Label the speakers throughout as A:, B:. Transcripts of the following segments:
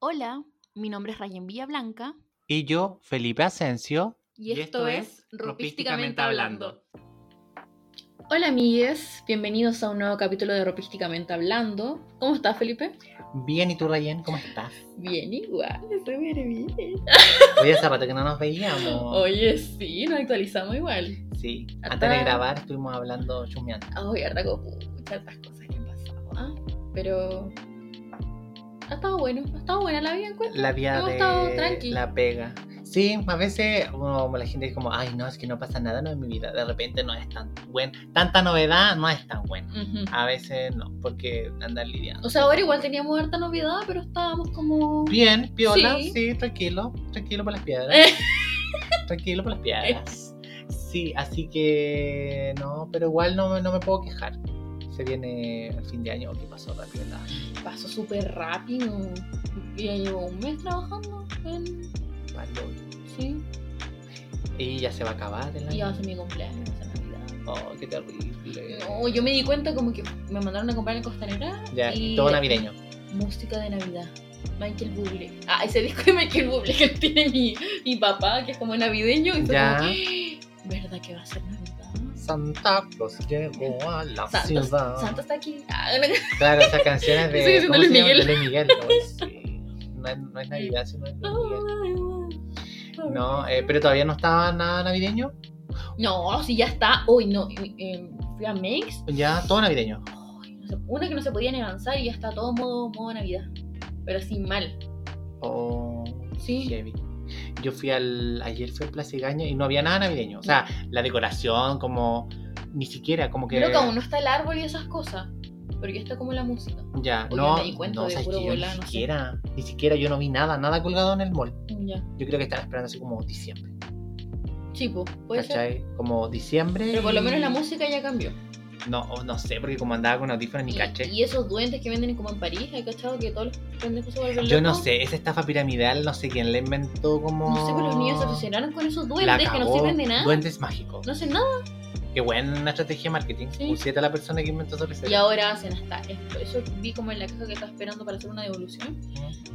A: Hola, mi nombre es Rayen Villablanca.
B: Y yo, Felipe Asensio.
A: Y,
C: Y
A: esto,
C: esto
A: es
C: es
A: Ropísticamente
C: Ropísticamente
A: Hablando. Hola, amigues. Bienvenidos a un nuevo capítulo de Ropísticamente Hablando. ¿Cómo estás, Felipe?
B: Bien, ¿y tú, Rayen? ¿Cómo estás?
A: Bien, igual. Estoy bien, bien.
B: Oye, hace rato que no nos veíamos.
A: Oye, sí, nos actualizamos igual.
B: Sí,
A: Hasta-
B: antes de grabar estuvimos hablando chumeando.
A: Ay, harta como tantas cosas que han pasado, ¿ah? Pero. Ha estado bueno, ha estado buena la vida en cuenta.
B: La vía
A: Hemos
B: de
A: estado tranqui.
B: la pega. Sí, a veces bueno, como la gente es como, ay, no, es que no pasa nada no, en mi vida. De repente no es tan bueno. Tanta novedad no es tan buena.
A: Ujú.
B: A veces no, porque andar lidiando.
A: O sea, ahora igual teníamos harta novedad, pero estábamos como.
B: Bien, piola,
A: Sí.
B: sí, tranquilo, tranquilo por las piedras. tranquilo por las piedras. Sí, así que no, pero igual no, no me puedo quejar. Se viene el fin de año, ¿qué pasó rápido? el año?
A: pasó súper rápido. Ya llevo un mes trabajando en...
B: Palo.
A: Sí.
B: Y ya se va a acabar el
A: Y
B: año.
A: hace mi cumpleaños, hace Navidad.
B: Oh, qué terrible.
A: No, yo me di cuenta como que me mandaron a comprar en Costanera
B: Ya,
A: y
B: todo navideño.
A: música de Navidad. Michael Bublé. Ah, ese disco de Michael Bublé que tiene mi, mi papá, que es como navideño. Y fue
B: Ya.
A: como, ¡Ah! ¿verdad que va a ser Navidad?
B: Santa Claus llegó a la
A: Santa-
B: ciudad.
A: Santa está aquí. Ah, no.
B: Claro, esas canciones
A: Sigue
B: de,
A: siendo
B: ¿cómo se
A: Luis
B: llama?
A: Miguel.
B: De Luis Miguel. Ay, sí. No, es- no es Navidad, sino es Luis Miguel. No, eh, pero todavía no estaba nada navideño.
A: No, si ya está. Hoy no. eh, fui a Mix
B: Ya, todo navideño.
A: Ay, no sé, Una que no se podía ni avanzar y ya está todo modo, modo Navidad. Pero así mal.
B: Oh,
A: Sí.
B: heavy. Yo fui al. Ayer fui al Placigaña y no había nada navideño. O sea, la decoración, como. Ni siquiera, como que.
A: Creo que aún no está el árbol y esas cosas. Porque está como la música.
B: Ya,
A: Oye,
B: no.
A: me di cuenta
B: no,
A: de
B: sabes
A: puro
B: que yo
A: volar, no
B: ni
A: sé.
B: siquiera. Ni siquiera yo no vi nada, nada colgado en el mall.
A: Ya.
B: Yo creo que están esperando así como diciembre.
A: Sí, po, puede ser.
B: ¿Cachai? Como diciembre.
A: Pero por lo menos la
B: y-
A: música ya cambió.
B: No, o no sé, porque como andaba con audífonos ni
A: y,
B: caché.
A: y esos duendes que venden como en París, ¿hay cachado que todos los pendejos se vuelven
B: Yo no
A: locos?
B: sé, esa estafa piramidal, no sé quién la inventó como.
A: No sé, pero los niños se obsesionaron con esos
B: La
A: duendes que no
B: cagó.
A: sirven de nada.
B: Duendes mágicos.
A: No hacen nada.
B: Qué buena estrategia de marketing.
A: Sí.
B: Pusiste a la persona que inventó esa receta.
A: Y ahora hacen hasta esto. Eso vi como en la caja que está esperando para hacer una devolución.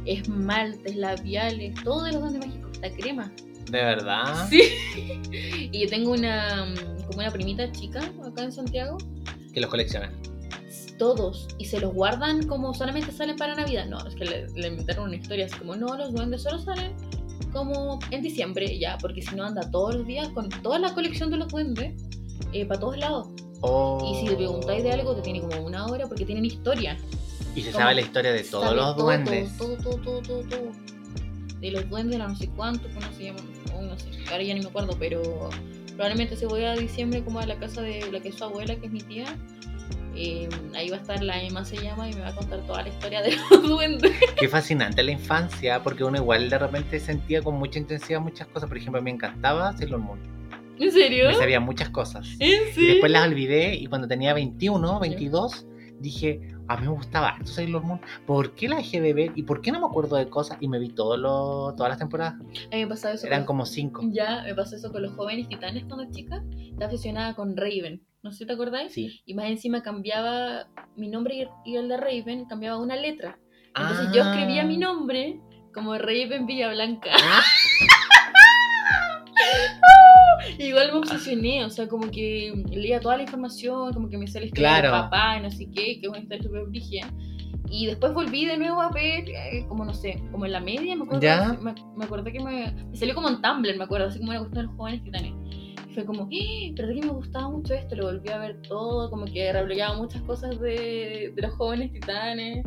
A: Esmaltes, labiales, todo de los duendes mágicos. Hasta crema.
B: De verdad.
A: Sí. Y yo tengo una mm, como una primita chica acá en Santiago.
B: Que los coleccionan.
A: Todos. Y se los guardan como solamente salen para Navidad. No, es que le, le inventaron una historia así como, no, los duendes solo salen como en diciembre ya, porque si no anda todos los días con toda la colección de los duendes para todos lados. Y si le preguntáis de algo, te tiene como una hora porque tienen historia.
B: Y se
A: como-
B: sabe la historia de todos
A: Sabe
B: los
A: todo,
B: duendes.
A: Todo, todo, todo, todo, todo. De los duendes, la no sé cuánto, que no se llaman. oh, no sé, ahora ya ni me acuerdo, pero probablemente se voy a diciembre como a la casa de la que es su abuela, que es mi tía. Eh, ahí va a estar la Emma se llama y me va a contar toda la historia de los duendes.
B: Qué fascinante la infancia, porque uno igual de repente sentía con mucha intensidad muchas cosas. Por ejemplo, me encantaba Sailor Moon.
A: ¿En serio?
B: Me sabía muchas cosas.
A: ¿En
B: Y
A: serio?
B: después las olvidé y cuando tenía 21, 22, dije, a mí me gustaba harto Sailor Moon. ¿Por qué la dejé de ver? ¿Y por qué no me acuerdo de cosas? Y me vi todos los todas las temporadas.
A: A mí me pasaba eso.
B: Eran
A: con-
B: como cinco.
A: Ya, me pasó eso con los jóvenes titanes cuando chica. Estaba aficionada con Raven. No sé si te acordáis.
B: Sí.
A: Y más encima cambiaba mi nombre y- y el de Raven, cambiaba una letra. Entonces yo escribía mi nombre como Raven Villablanca.
B: Ah.
A: Igual me obsesioné, o sea, como que leía toda la información, como que me sale la historia
B: Claro.
A: del papá y no sé qué, que es una historia súper brígida. Y después volví de nuevo a ver, eh, como no sé, como en la media, me acuerdo,
B: Ya.
A: me, me acordé que me, me salió como en Tumblr, me acuerdo, así como me gustan los jóvenes titanes. Y fue como, ¡Eh! pero que me gustaba mucho esto, lo volví a ver todo, como que rebloqueaba muchas cosas de, de los jóvenes titanes.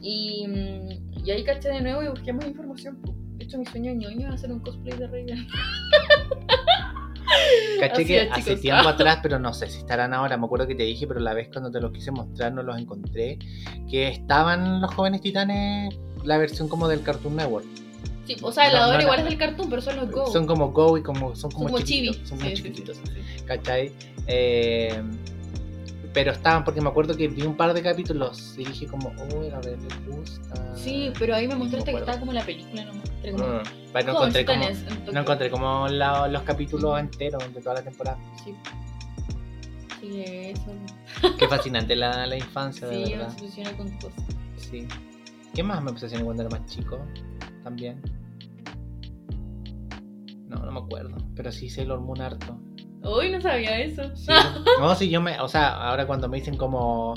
A: Y, mm, y ahí caché de nuevo y busqué más información. po. De hecho, mi sueño ñoño es hacer un cosplay de Raven.
B: Caché
A: Así
B: que
A: es,
B: hace
A: chicos.
B: tiempo atrás, pero no sé si estarán ahora. Me acuerdo que te dije, pero la vez cuando te los quise mostrar no los encontré. Que estaban los jóvenes titanes, la versión como del Cartoon Network.
A: Sí, o sea,
B: No,
A: la
B: no,
A: hora
B: no,
A: igual
B: no.
A: es del cartoon, pero son los Ah, Go.
B: Son como Go y como son como,
A: Son como
B: chiquititos,
A: chibi.
B: Son como
A: Sí, sí,
B: chiquititos. ¿Cachai? Eh, pero estaban, porque me acuerdo que vi un par de capítulos y dije como, uy, a ver, me gusta.
A: Sí, pero ahí me
B: No
A: mostraste que
B: acuerdo.
A: estaba como en la película, no me mostré como.
B: Mm, pero no
A: Jóvenes
B: encontré como,
A: Titanes, en Tokio.
B: no encontré como la- los capítulos enteros de toda la temporada.
A: Sí. Sí, eso.
B: Qué fascinante la, la infancia, de
A: Sí, me
B: verdad.
A: obsesioné con cosas.
B: Sí. ¿Qué más me obsesioné cuando era más chico? También. No, no me acuerdo. Pero sí Sailor Moon harto.
A: Uy, no sabía eso.
B: Sí. no, sí, yo me. O sea, ahora cuando me dicen como.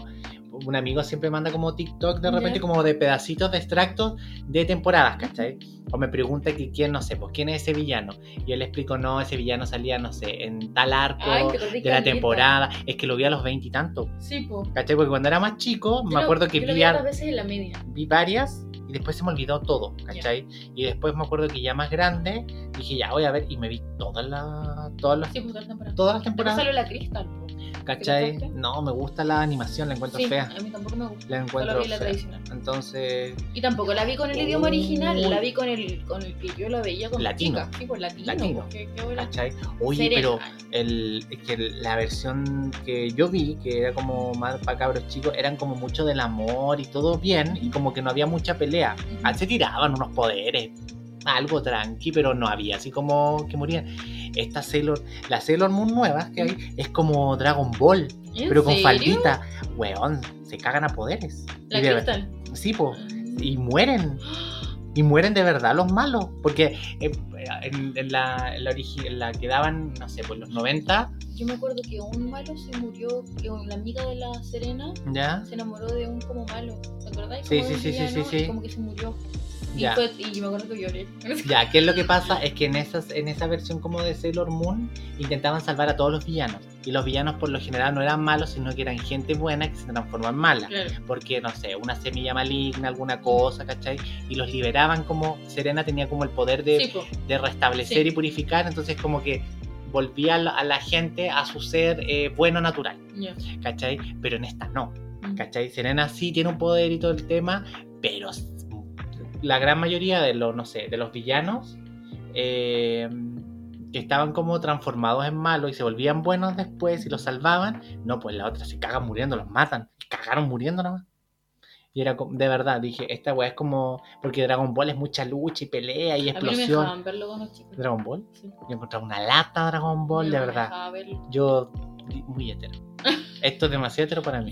B: Un amigo siempre manda como TikTok de repente,
A: Ya.
B: como de pedacitos de extractos de temporadas, ¿cachai? O me pregunta que quién, no sé, pues quién es ese villano. Y él le explico, no, ese villano salía, no sé, en tal arco
A: Ay, que
B: de la temporada. Es que lo vi a los veintitantos,
A: Sí, po.
B: ¿cachai? Porque cuando era más chico,
A: Yo
B: me
A: lo-
B: acuerdo que
A: yo lo
B: vi
A: vi
B: ar-
A: otras veces en la media.
B: vi varias y después se me olvidó todo, ¿cachai? Y después me acuerdo que ya más grande dije, ya voy a ver, y me vi todas las todas las
A: Sí, po, todas las temporadas.
B: todas
A: Después
B: las temporadas,
A: salió la Crystal, po.
B: ¿cachai?
A: gustaste?
B: No, me gusta la animación, la encuentro
A: Sí,
B: fea,
A: a mí tampoco me gusta.
B: la
A: Solo
B: encuentro
A: vi la
B: fea.
A: tradicional.
B: Entonces,
A: Y tampoco la vi con el idioma
B: Uy.
A: original, la vi con el, con el que yo la veía con
B: Latino.
A: chica. Sí, pues latino.
B: Latino.
A: Porque, qué buena.
B: ¿cachai? Oye,
A: Serena.
B: pero el, es que la versión que yo vi, que era como más para cabros chicos, eran como mucho del amor y todo bien, y como que no había mucha pelea.
A: Ujú.
B: Ah, se tiraban unos poderes, algo tranqui, pero no había así como que morían. Esta Sailor, la Sailor Moon nueva que hay, es como Dragon Ball,
A: ¿En
B: pero con
A: serio?
B: faldita. Weón, se cagan a poderes.
A: La
B: Y de-
A: Crystal.
B: Oh,
A: Ah.
B: sí, po, y mueren. Y mueren de verdad los malos, porque eh, en, en la, en la origi- en la que daban, no sé, pues los 90,
A: Yo me acuerdo que un malo se murió, que la amiga de la Serena
B: ¿ya?
A: se enamoró de un como malo. ¿Te acordás?
B: Sí,
A: Como
B: sí,
A: un
B: sí, sí,
A: villano,
B: sí, sí.
A: y Como que se murió. Y,
B: Ya.
A: fue- y yo me acuerdo que lloré.
B: Ya, ¿qué es lo que pasa? Es que en, esas, en esa versión como de Sailor Moon intentaban salvar a todos los villanos. Y los villanos por lo general no eran malos, sino que eran gente buena que se transformó en mala.
A: Claro.
B: Porque, no sé, una semilla maligna, alguna cosa, ¿cachai? Y los liberaban como... Serena tenía como el poder de,
A: Sí, po.
B: de restablecer
A: Sí.
B: y purificar, entonces como que volvía a la, a la gente a su ser eh, bueno natural,
A: Ya.
B: ¿cachai? Pero en esta no. ¿Cachai? Serena sí tiene un poder y todo el tema, pero s- la gran mayoría de los, no sé, de los villanos eh, que estaban como transformados en malos y se volvían buenos después y los salvaban, no, pues la otra se cagan muriendo, los matan, cagaron muriendo nomás. Y era como- de verdad, dije, esta weá es como, porque Dragon Ball es mucha lucha y pelea y
A: A mí no me
B: explosión.
A: dejaban verlo con los chicos.
B: ¿Dragon Ball?
A: Sí.
B: Yo encontraba una lata de Dragon Ball,
A: No
B: de
A: me
B: verdad
A: dejaba verlo.
B: yo di- muy hetero. Esto es demasiado hetero para mí.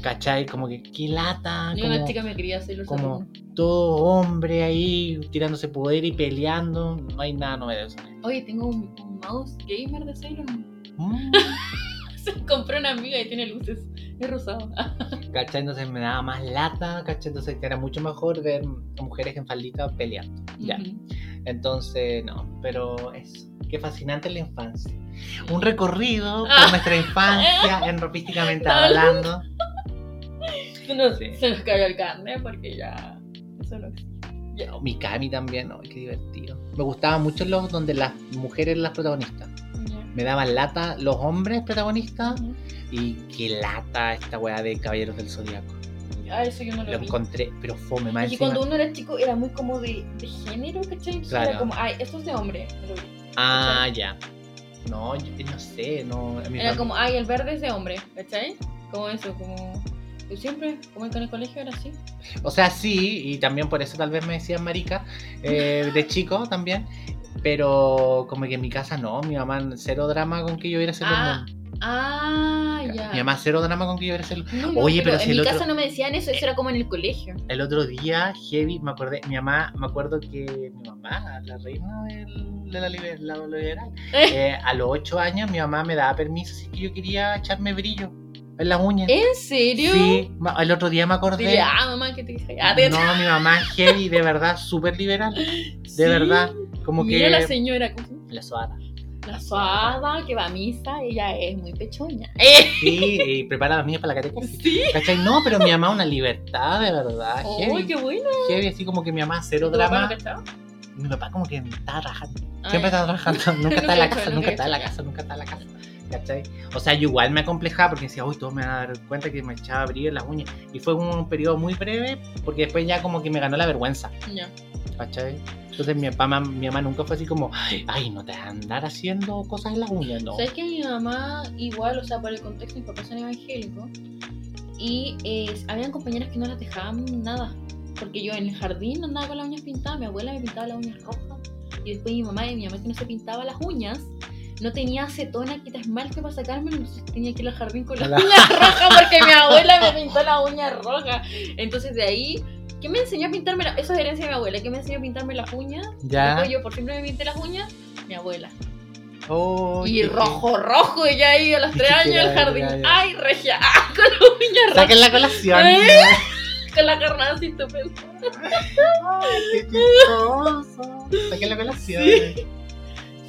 B: ¿Cachai? Como que qué lata,
A: Yo una
B: Ah, como
A: chica me quería hacer los
B: como- todo hombre ahí tirándose poder y peleando. No hay nada novedoso. en esto.
A: Oye, tengo un, un mouse gamer de Sailor Moon.
B: Mm.
A: Se lo compré una amiga y tiene luces. Es rosado. Ah,
B: ¿Cachai? Entonces me daba más lata, ¿cachai? Entonces era mucho mejor ver mujeres en faldita peleando. Ya.
A: Ujú.
B: Entonces, no, pero eso. Qué fascinante la infancia. Un recorrido
A: Ah.
B: por nuestra infancia, en ropísticamente
A: Tal.
B: hablando.
A: Se nos,
B: Sí.
A: se nos cayó el carne porque ya. Eso no existe.
B: Yo, Mikami también, ay, qué divertido. Me gustaban mucho los donde las mujeres eran las protagonistas.
A: Ya.
B: Me daban lata los hombres protagonistas y qué lata esta weá de Caballeros del Zodíaco.
A: Ah, eso yo no lo,
B: Lo
A: vi.
B: encontré, pero fome, más
A: Es que
B: encima.
A: cuando uno era chico era muy como de, de género, ¿cachai? Entonces
B: Claro.
A: Era como, ay, esto es de hombre. pero-
B: Ah, ya. No, yo eh, no sé, no. a mí
A: Era
B: no-
A: como, ay, el verde es de hombre, ¿cachai? Como eso, como. Yo siempre, como en el colegio era así.
B: O sea, sí, y también por eso tal vez me decían marica, eh, de chico también. Pero como que en mi casa no, mi mamá cero drama con que yo viera Sailor
A: Ah,
B: Moon.
A: Ah, ya.
B: Mi mamá cero drama con que yo viera Sailor
A: No, no,
B: Oye, pero
A: en
B: si el
A: mi
B: otro-
A: casa no me decían eso, eso era como en el colegio.
B: El otro día, heavy, me acordé, mi mamá, me acuerdo que mi mamá, la reina del- de la, liber- la liberal, eh, a los ocho años mi mamá me daba permiso si es que yo quería echarme brillo en las uñas.
A: ¿En serio?
B: Sí, ma- el otro día me acordé.
A: Dile, ah, mamá, que te dije. Ah, te-
B: No, mi mamá es heavy, de verdad, súper liberal,
A: Sí.
B: de verdad. Como
A: Mira
B: que...
A: la señora, ¿cómo se llama?
B: La soada.
A: la suada que va a misa, ella es muy pechoña. Eh,
B: Sí, y prepara a los niños para la catequesis.
A: sí.
B: ¿Cachai? No, pero mi mamá una libertad, de verdad,
A: Uy,
B: heavy,
A: qué bueno.
B: heavy, así como que mi mamá cero
A: ¿Tu papá no
B: drama.
A: cachaba?
B: Mi papá como que me estaba rajando.
A: Ay,
B: Siempre está trabajando, nunca está en la
A: Nunca, nunca
B: casa, nunca está en la
A: llega.
B: casa, nunca está en la casa. ¿Cachai? O sea, yo igual me acomplejaba porque decía, uy, todos me van a dar cuenta que me echaba a brillo en las uñas. Y fue un periodo muy breve porque después ya como que me ganó la vergüenza.
A: ya.
B: ¿Cachai? Entonces mi papá, mi mamá nunca fue así como, ay, no te vas a andar haciendo cosas en las uñas, no.
A: ¿Sabes que mi mamá, igual, o sea, por el contexto, mis papás son evangélicos? Y eh, habían compañeras que no las dejaban nada. Porque yo en el jardín andaba con las uñas pintadas, mi abuela me pintaba las uñas rojas. Y después mi mamá, y mi mamá que no se pintaba las uñas, no tenía acetona, quita esmalte para sacármelo, entonces tenía que ir al jardín con las
B: La-
A: uñas rojas porque mi abuela me pintó las uñas rojas. Entonces de ahí que me enseñó a pintarme la... Eso es herencia de mi abuela, que me enseñó a pintarme las uñas.
B: Ya.
A: Después yo por siempre me pinté las uñas, mi abuela.
B: Oh,
A: Y
B: qué-
A: rojo, rojo, y ya ahí a los
B: Y
A: tres
B: que
A: años
B: queda-
A: el jardín.
B: ya, ya.
A: ¡Ay, regia! ¡Ah, con las uñas rojas!
B: Saquen la colación.
A: ¿Eh? Con la carnada así estupenda.
B: Ay, qué chistoso. Saquen la colación.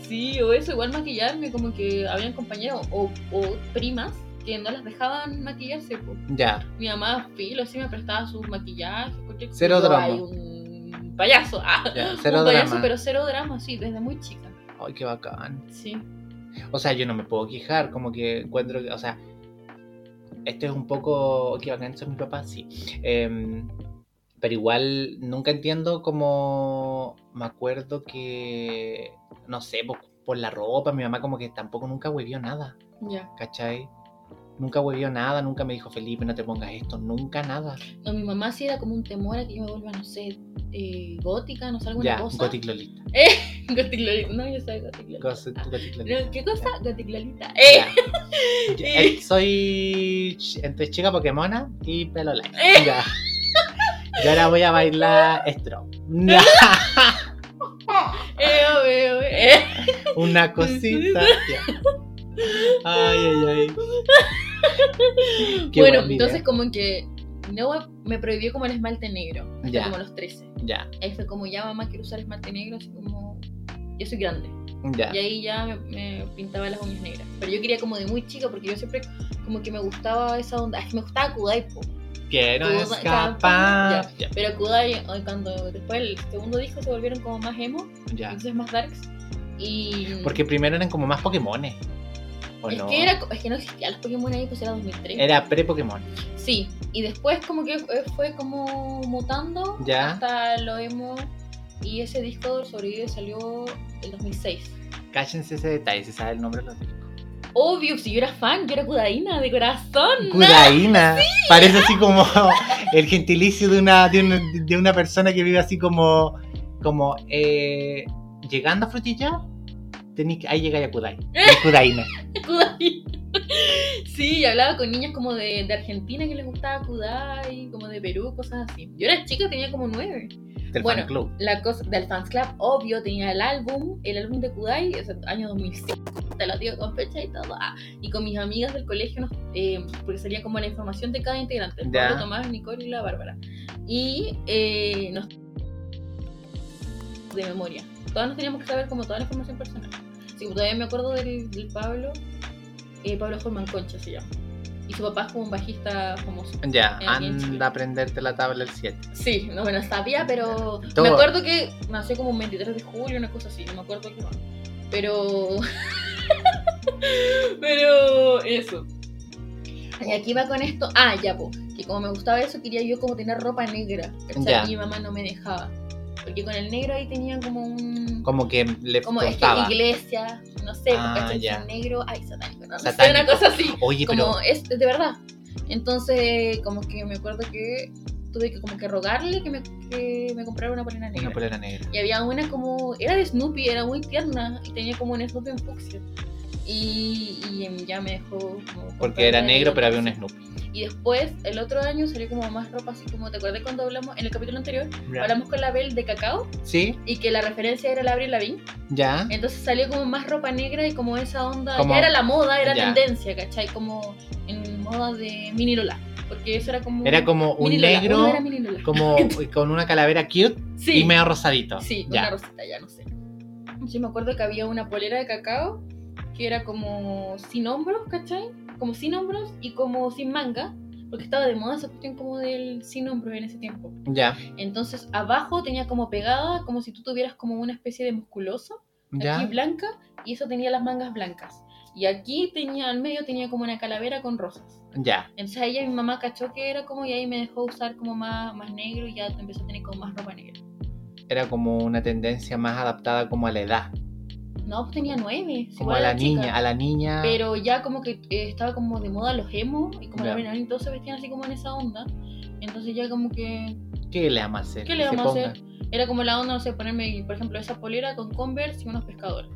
A: Sí, o eso, igual maquillarme, como que habían compañeros o, o primas que no las dejaban maquillarse. po.
B: Ya.
A: Mi mamá, filo, así me prestaba sus maquillajes. cualquier
B: Cero
A: cosa,
B: drama.
A: ay, un payaso. Ah,
B: ya, Cero
A: un payaso,
B: drama.
A: pero cero drama, sí, desde muy chica.
B: Ay, qué bacán.
A: Sí.
B: O sea, yo no me puedo quejar, como que encuentro, que- o sea, esto es un poco, que bacán, eso es mi papá, sí. Em, pero igual nunca entiendo como, me acuerdo que, no sé, po- por, la ropa, mi mamá como que tampoco nunca huevió nada,
A: Ya.
B: ¿cachai? Nunca huevió nada, nunca me dijo, Felipe, no te pongas esto, nunca nada.
A: No, mi mamá sí era como un temor a que yo me vuelva, no sé, eh, gótica, no sé, alguna
B: ya,
A: cosa.
B: Gothic Lolita.
A: Gothic Lolita. No, yo soy Gothic Lolita.
B: Gothic Gothic Lolita.
A: No, ¿Qué cosa? Gothic Lolita.
B: Ya.
A: ¡Eh!
B: Yo- eh, soy ch- entre chica Pokémona y pelo light.
A: Eh.
B: Ya. Y ahora voy a bailar Stroke. Ya,
A: ¡Eh, oh, eh, oh, eh!
B: Una cosita. ya. Ay, ay, ay. Qué
A: bueno,
B: buen video.
A: entonces como que no me prohibió como el esmalte negro, hasta
B: Ya.
A: como los 13.
B: Ya,
A: Ahí fue como ya mamá quiero usar esmalte negro, así como yo soy grande.
B: ya.
A: Y ahí ya me, me pintaba las uñas negras. Pero yo quería como de muy chica porque yo siempre como que me gustaba esa onda, es que me gustaba Kudai, po.
B: Quiero
A: Tú-
B: escapar. Ya,
A: pero Kudai ay, cuando después el segundo disco se volvieron como más emo,
B: ya.
A: entonces más darks. Y
B: Porque primero eran como más Pokémones. ¿O
A: es
B: Oh, no?
A: que era, co- es que no existía los Pokémon ahí, pues era 2003.
B: Era pre-Pokémon.
A: Sí, y después como que eh, fue como mutando
B: Ya.
A: hasta lo emo y ese disco sobrevive salió el 2006.
B: Cállense ese detalle, si sabe el nombre de los discos.
A: Obvio, si yo era fan, yo era Kudaína de corazón.
B: Cudaína. Parece así como el gentilicio de una, de una, de una persona que vive así como. como eh, llegando a Frutilla, tenés que- ahí llega a Kudai.
A: Eh.
B: Es Cudaína.
A: Kudaína. Sí, y hablaba con niñas como de, de Argentina que les gustaba Kudai, como de Perú, cosas así. Yo era chica, tenía como nueve.
B: Del
A: Bueno.
B: fan club.
A: La cosa del Fans Club, obvio, tenía el álbum, el álbum de Kudai, es el año 2005, te lo digo con fecha y todo. ah, y con mis amigas del colegio, nos- eh, porque salía como la información de cada integrante, el
B: Ya.
A: Pablo, Tomás, Nicole y la Bárbara. Y eh, nos... De memoria. Todas nos teníamos que saber como toda la información personal. Así que todavía me acuerdo del, del Pablo, eh, Pablo Forman Concha se llama. Y su papá es como un bajista famoso.
B: Ya,
A: Era bien chiquito.
B: anda a aprenderte la tabla del 7.
A: Sí, no me lo sabía, pero
B: Todo.
A: me acuerdo que nació como un 23 de julio, una cosa así, no me acuerdo qué más. Pero. pero eso. Y aquí va con esto. Ah, ya, po. Que como me gustaba eso, quería yo como tener ropa negra. ¿cachai?
B: Ya.
A: Y mi mamá no me dejaba. Porque con el negro ahí tenía como un.
B: Como que le
A: Como es que
B: costaba.
A: iglesia, no sé,
B: Ah,
A: ¿cachai?
B: ya.
A: negro, ay, satánico, no, no sé,
B: Satánico.
A: una cosa así
B: Oye, pero.
A: como es de verdad. Entonces, como que me acuerdo que tuve que como que rogarle que me, que me comprara una polena negra.
B: Una polera negra.
A: Y había una como, era de Snoopy, era muy tierna y tenía como un Snoopy en fucsia. Y, y em, ya me dejó como
B: Porque era
A: comprarla
B: negro,
A: y
B: pero había un
A: entonces-
B: Snoopy.
A: Y después, el otro año salió como más ropa, así como, ¿te acordás cuando hablamos, en el capítulo anterior, hablamos con la Belle de cacao
B: ¿Sí?
A: y que la referencia era la Abril Lavigne?
B: Ya.
A: Entonces salió como más ropa negra y como esa onda.
B: Como-
A: Ya era la moda, era
B: Ya.
A: tendencia, ¿cachai? Como en moda de mini Lola. Porque eso era como.
B: Era como un
A: Mini Lola,
B: negro,
A: uno era mini Lola.
B: como con una calavera cute
A: Sí.
B: y medio rosadito.
A: Sí, una
B: ya.
A: rosita, ya no sé. Sí, me acuerdo que había una polera de cacao que era como sin hombros, ¿cachai? Como sin hombros y como sin manga. Porque estaba de moda esa cuestión como del sin hombros en ese tiempo.
B: Ya.
A: Entonces abajo tenía como pegada, como si tú tuvieras como una especie de musculoso.
B: Ya.
A: aquí blanca y eso tenía las mangas blancas. Y aquí tenía, al medio tenía como una calavera con rosas.
B: Ya.
A: Entonces ahí ya mi mamá cachó que era como y ahí me dejó usar como más, más negro y ya empezó a tener como más ropa negra.
B: Era como una tendencia más adaptada como a la edad.
A: No, pues tenía nueve. si
B: Como
A: igual
B: a la
A: era chica.
B: niña, a la niña.
A: Pero ya como que eh, estaba como de moda los emo y como
B: Ya.
A: la verano y todos se vestían así como en esa onda. Entonces ya como que
B: ¿Qué le vamos a hacer?
A: ¿Qué le
B: Que se
A: vamos a
B: ponga.
A: hacer? era como la onda, no sé, ponerme, por ejemplo, esa polera con Converse y unos pescadores,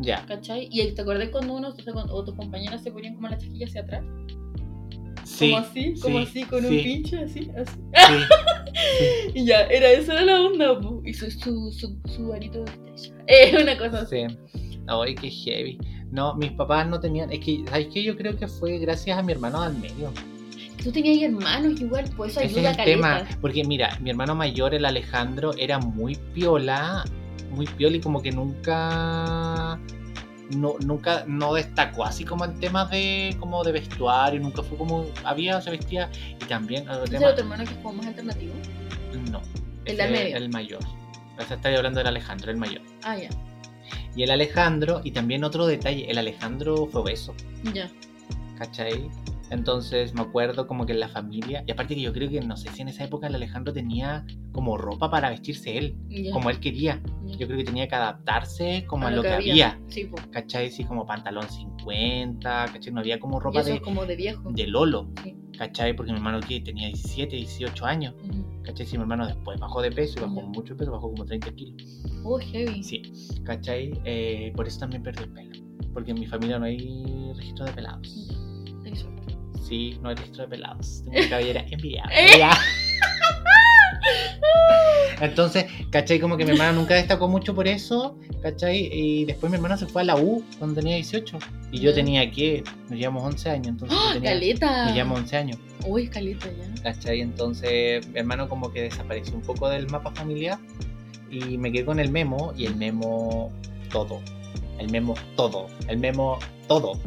B: Ya.
A: ¿cachai? Y te acordé cuando uno o tus compañeras se ponían como la chasquilla hacia atrás.
B: Sí,
A: como así, como
B: sí,
A: así, con
B: sí,
A: un pinche así, así.
B: sí.
A: Y ya, era esa era la onda, po. Y su, su, su, su arito de estrella. Eh, una cosa así.
B: Sí. Ay, qué heavy. No, mis papás no tenían. Es que, ¿sabes qué? Yo creo que fue gracias a mi hermano del medio.
A: Tú tenías hermanos igual, pues eso
B: Ese
A: ayuda
B: es
A: a
B: el
A: caleta.
B: tema. Porque mira, mi hermano mayor, el Alejandro, era muy piola. Muy piola y como que nunca. No, nunca no destacó así como en temas de como de vestuario, nunca fue como había, se vestía y también otro
A: ¿Ese
B: tema-
A: era tu hermano que es como más alternativo?
B: no,
A: ¿El
B: ese
A: del
B: era
A: medio?
B: el mayor. O sea, estaría hablando del Alejandro, el mayor.
A: Ah, ya,
B: Y el Alejandro, y también otro detalle, el Alejandro fue obeso.
A: ya.
B: ¿cachai? Entonces me acuerdo como que en la familia, y aparte que yo creo que no sé si en esa época el Alejandro tenía como ropa para vestirse él,
A: ya,
B: como él quería.
A: ya.
B: Yo creo que tenía que adaptarse como
A: A
B: a lo que había,
A: Sí, po.
B: ¿cachai? Sí, como pantalón 50, ¿cachai? No había como
A: Y
B: ropa
A: eso es
B: de,
A: como de viejo.
B: de Lolo,
A: Sí.
B: ¿cachai? Porque mi hermano que tenía 17, 18 años,
A: Ujú.
B: ¿cachai? Si mi hermano después bajó de peso, y bajó
A: Ya.
B: mucho peso, bajó como 30 kilos.
A: Oh, heavy.
B: Sí, ¿cachai? Eh, por eso también perdí el pelo, porque en mi familia no hay registro de pelados.
A: Tenés suerte.
B: pues Sí, no hay registro de pelados. Tengo una cabellera envidiable.
A: ¿Eh?
B: Ya. Entonces, ¿cachai? Como que mi hermana nunca destacó mucho por eso, ¿cachai? Y después mi hermana se fue a la U cuando tenía 18. Y yo
A: Ya.
B: tenía que, nos llevamos 11 años, entonces yo
A: ¡Ah,
B: tenía,
A: caleta!
B: nos llevamos 11 años,
A: Uy, caleta ya.
B: ¿cachai? Entonces mi hermano como que desapareció un poco del mapa familiar y me quedé con el memo y el memo todo. El memo todo. El memo todo.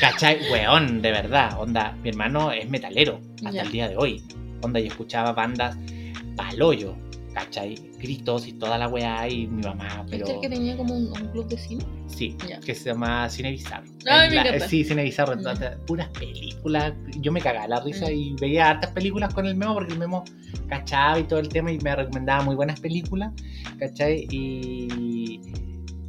B: ¿Cachai? Weón, de verdad. Onda, mi hermano es metalero hasta
A: Ya.
B: el día de hoy. Onda, yo escuchaba bandas paloyo, ¿cachai? Gritos y toda la weá y mi mamá, pero...
A: ¿Viste el que tenía como un, un club de cine?
B: Sí,
A: Ya.
B: que se llama Cine Bizarro.
A: Ay,
B: En
A: me encanta.
B: Sí, Cine Bizarro. Entonces,
A: Ya.
B: puras películas. Yo me cagaba la risa
A: Mm.
B: y veía hartas películas con el memo porque el memo cachaba y todo el tema y me recomendaba muy buenas películas, ¿cachai? Y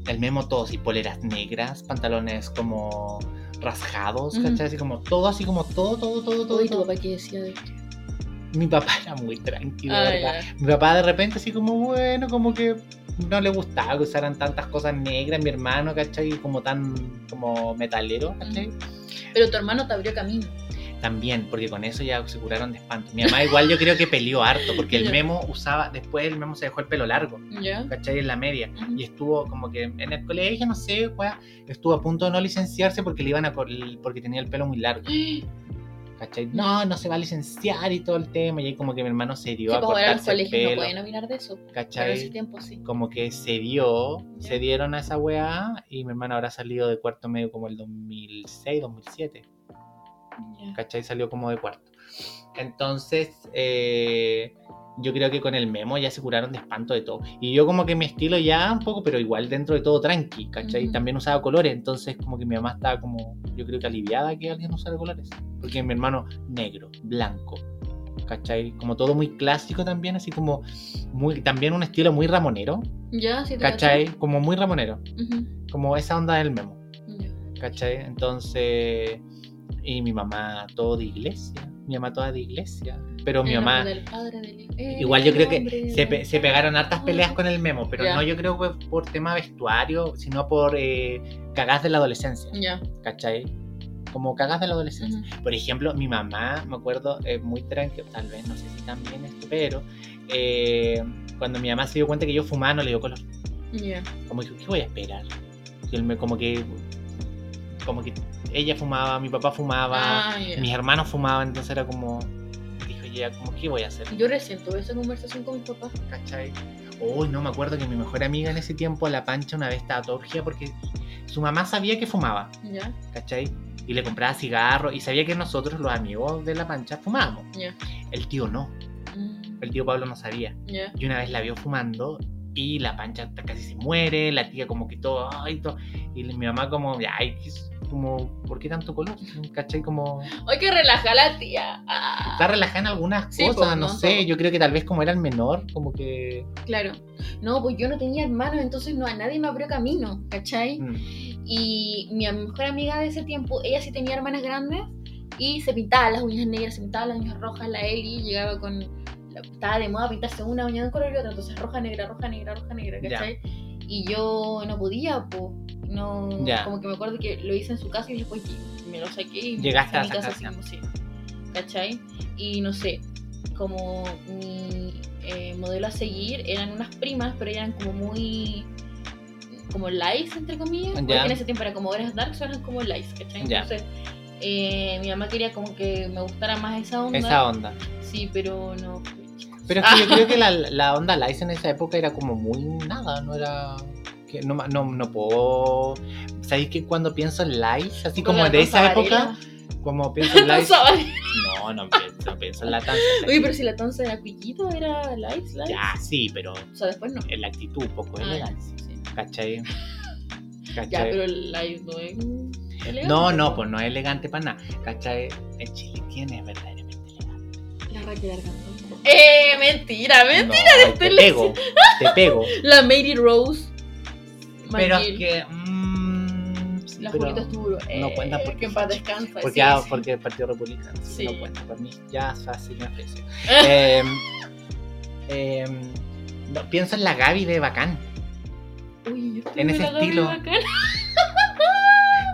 B: el memo todos, y poleras negras, pantalones como rasgados,
A: Ujú.
B: ¿cachai? Así como todo, así como todo, todo, todo, todo.
A: Uy, tu
B: todo.
A: papá que decía de esto.
B: Mi papá era muy tranquilo, de
A: Ah,
B: ¿verdad?
A: ya.
B: Mi papá de repente así como, bueno, como que no le gustaba que usaran tantas cosas negras, mi hermano, ¿cachai? Como tan como metalero, ¿cachai?
A: Mm. Pero tu hermano te abrió camino.
B: También, porque con eso ya se curaron de espanto. Mi mamá igual yo creo que peleó harto, porque el
A: Ya.
B: memo usaba, después el memo se dejó el pelo largo,
A: ¿Ya?
B: ¿cachai? En la media.
A: Ujú.
B: Y estuvo como que en el colegio, no sé, weá, estuvo a punto de no licenciarse porque le iban a, cor- porque tenía el pelo muy largo.
A: Sí,
B: ¿Cachai? No, no se va a licenciar y todo el tema. Y ahí como que mi hermano se dio
A: pues
B: a
A: ahora los
B: cortarse el
A: colegios no
B: pelo.
A: pueden opinar de eso. Pero en
B: ¿Cachai?
A: ese tiempo sí.
B: como que se dio,
A: Ya.
B: se dieron a esa weá y mi hermana habrá salido de cuarto medio como el 2006, 2007,
A: Ya.
B: ¿cachai? Salió como de cuarto. Entonces, eh, yo creo que con el memo ya se curaron de espanto de todo. Y yo como que mi estilo ya un poco, pero igual dentro de todo tranqui, ¿cachai?
A: Ujú.
B: También usaba colores, entonces como que mi mamá estaba como, yo creo que aliviada que alguien usara colores. Porque mi hermano negro, blanco. ¿Cachai? Como todo muy clásico también, así como muy, también un estilo muy ramonero,
A: Ya, sí te
B: ¿Cachai? Como muy ramonero.
A: cacho. Ujú.
B: Como esa onda del memo.
A: Ya.
B: ¿Cachai? Entonces. Y mi mamá todo de iglesia. Mi mamá toda de iglesia. Pero mi
A: En
B: mamá.
A: nombre del Padre, del Hijo- Eh,
B: Igual yo creo que se, pe- se pegaron hartas peleas con el memo. Pero
A: Ya.
B: no yo creo que por tema vestuario, sino por eh, cagás de la adolescencia.
A: Ya.
B: ¿Cachai? Como cagás de la adolescencia.
A: Mm. Ujú.
B: Por ejemplo, mi mamá, me acuerdo, eh, muy tranquilo, tal vez, no sé si también esto, pero. eh, cuando mi mamá se dio cuenta que yo fumaba, no le dio color
A: Ya.
B: como dijo, ¿qué voy a esperar? Y él me, como que, como que ella fumaba, mi papá fumaba,
A: Ah, ya.
B: mis hermanos fumaban, entonces era como, dijo ella, como, ¿qué voy a hacer?
A: Yo recién tuve esa conversación con mis papás.
B: ¿Cachai? Uy, no me acuerdo que mi mejor amiga en ese tiempo, la Pancha, una vez estaba torgida porque su mamá sabía que fumaba,
A: Ya.
B: ¿cachai? Y le compraba cigarros y sabía que nosotros, los amigos de la Pancha, fumábamos.
A: Ya.
B: El tío no,
A: Mm,
B: el tío Pablo no sabía.
A: Ya.
B: Y una vez la vio fumando y la pancha hasta casi se muere, la tía como que todo, ay, todo. Y mi mamá como, ay, ¿qué es? como, ¿por qué tanto color? ¿Cachai? Como,
A: Hay que relajar a la tía. Ah,
B: está relajada en algunas
A: Sí,
B: cosas,
A: pues,
B: no
A: no,
B: sé,
A: todo.
B: yo creo que tal vez como era el menor, como que...
A: claro. No, pues yo no tenía hermanos, entonces no a nadie me abrió camino, ¿cachai?
B: mm,
A: Y mi mejor amiga de ese tiempo, ella sí tenía hermanas grandes y se pintaba las uñas negras, se pintaba las uñas rojas, la Eli llegaba con... la- Estaba de moda pintarse una uña de un color y otra, entonces roja, negra, roja, negra, roja, negra,
B: Ya.
A: ¿cachai? Y yo no podía, po. No,
B: Ya.
A: como que me acuerdo que lo hice en su casa y después que me lo saqué y me
B: Llegaste
A: fui
B: a
A: mi casa
B: sacarla.
A: así como, sí. ¿cachai? Y no sé, como mi eh, modelo a seguir eran unas primas, pero eran como muy como likes, entre comillas.
B: Ya.
A: Porque en ese tiempo era como horas dark, eran como likes, ¿cachai?
B: Ya.
A: Entonces, eh, mi mamá quería como que me gustara más esa onda.
B: Esa onda.
A: Sí, pero no.
B: Pero es que yo creo que la, la onda Lice en esa época era como muy nada, no era. que no, ma- no, no puedo. ¿Sabéis que cuando pienso en Lice, así como de esa época, como pienso en Lice. No, no pienso, no pienso en la danza.
A: Uy, pero si la tonza era cuillito, era likes, likes.
B: Ya, sí, pero
A: O sea, después no.
B: en la actitud, poco en
A: Ah,
B: el
A: ya,
B: Lice.
A: sí.
B: ¿Cachai?
A: Ya,
B: ¿Cachai?
A: pero el live no es. elegante,
B: No, no, pues no es elegante para nada. ¿Cachai? En Chile, ¿quién es verdaderamente elegante?
A: La Raquel Argandoña. Eh, mentira, ¿ves?
B: No, te
A: estoy
B: pego, te pego.
A: La Mary Rose.
B: Pero
A: Mangil.
B: es que. mm, sí,
A: La
B: pero-
A: Julita estuvo. eh,
B: no cuenta porque
A: Que en
B: es
A: paz
B: facha.
A: descansa.
B: Porque,
A: sí,
B: ah,
A: sí.
B: porque el Partido Republicano así que
A: Sí.
B: no cuenta para mí. Ya fácil me aprecio. Em, em, no, pienso en la Gaby de Bacán.
A: Uy, yo estuve
B: en ese
A: la Gaby
B: estilo.
A: Bacán.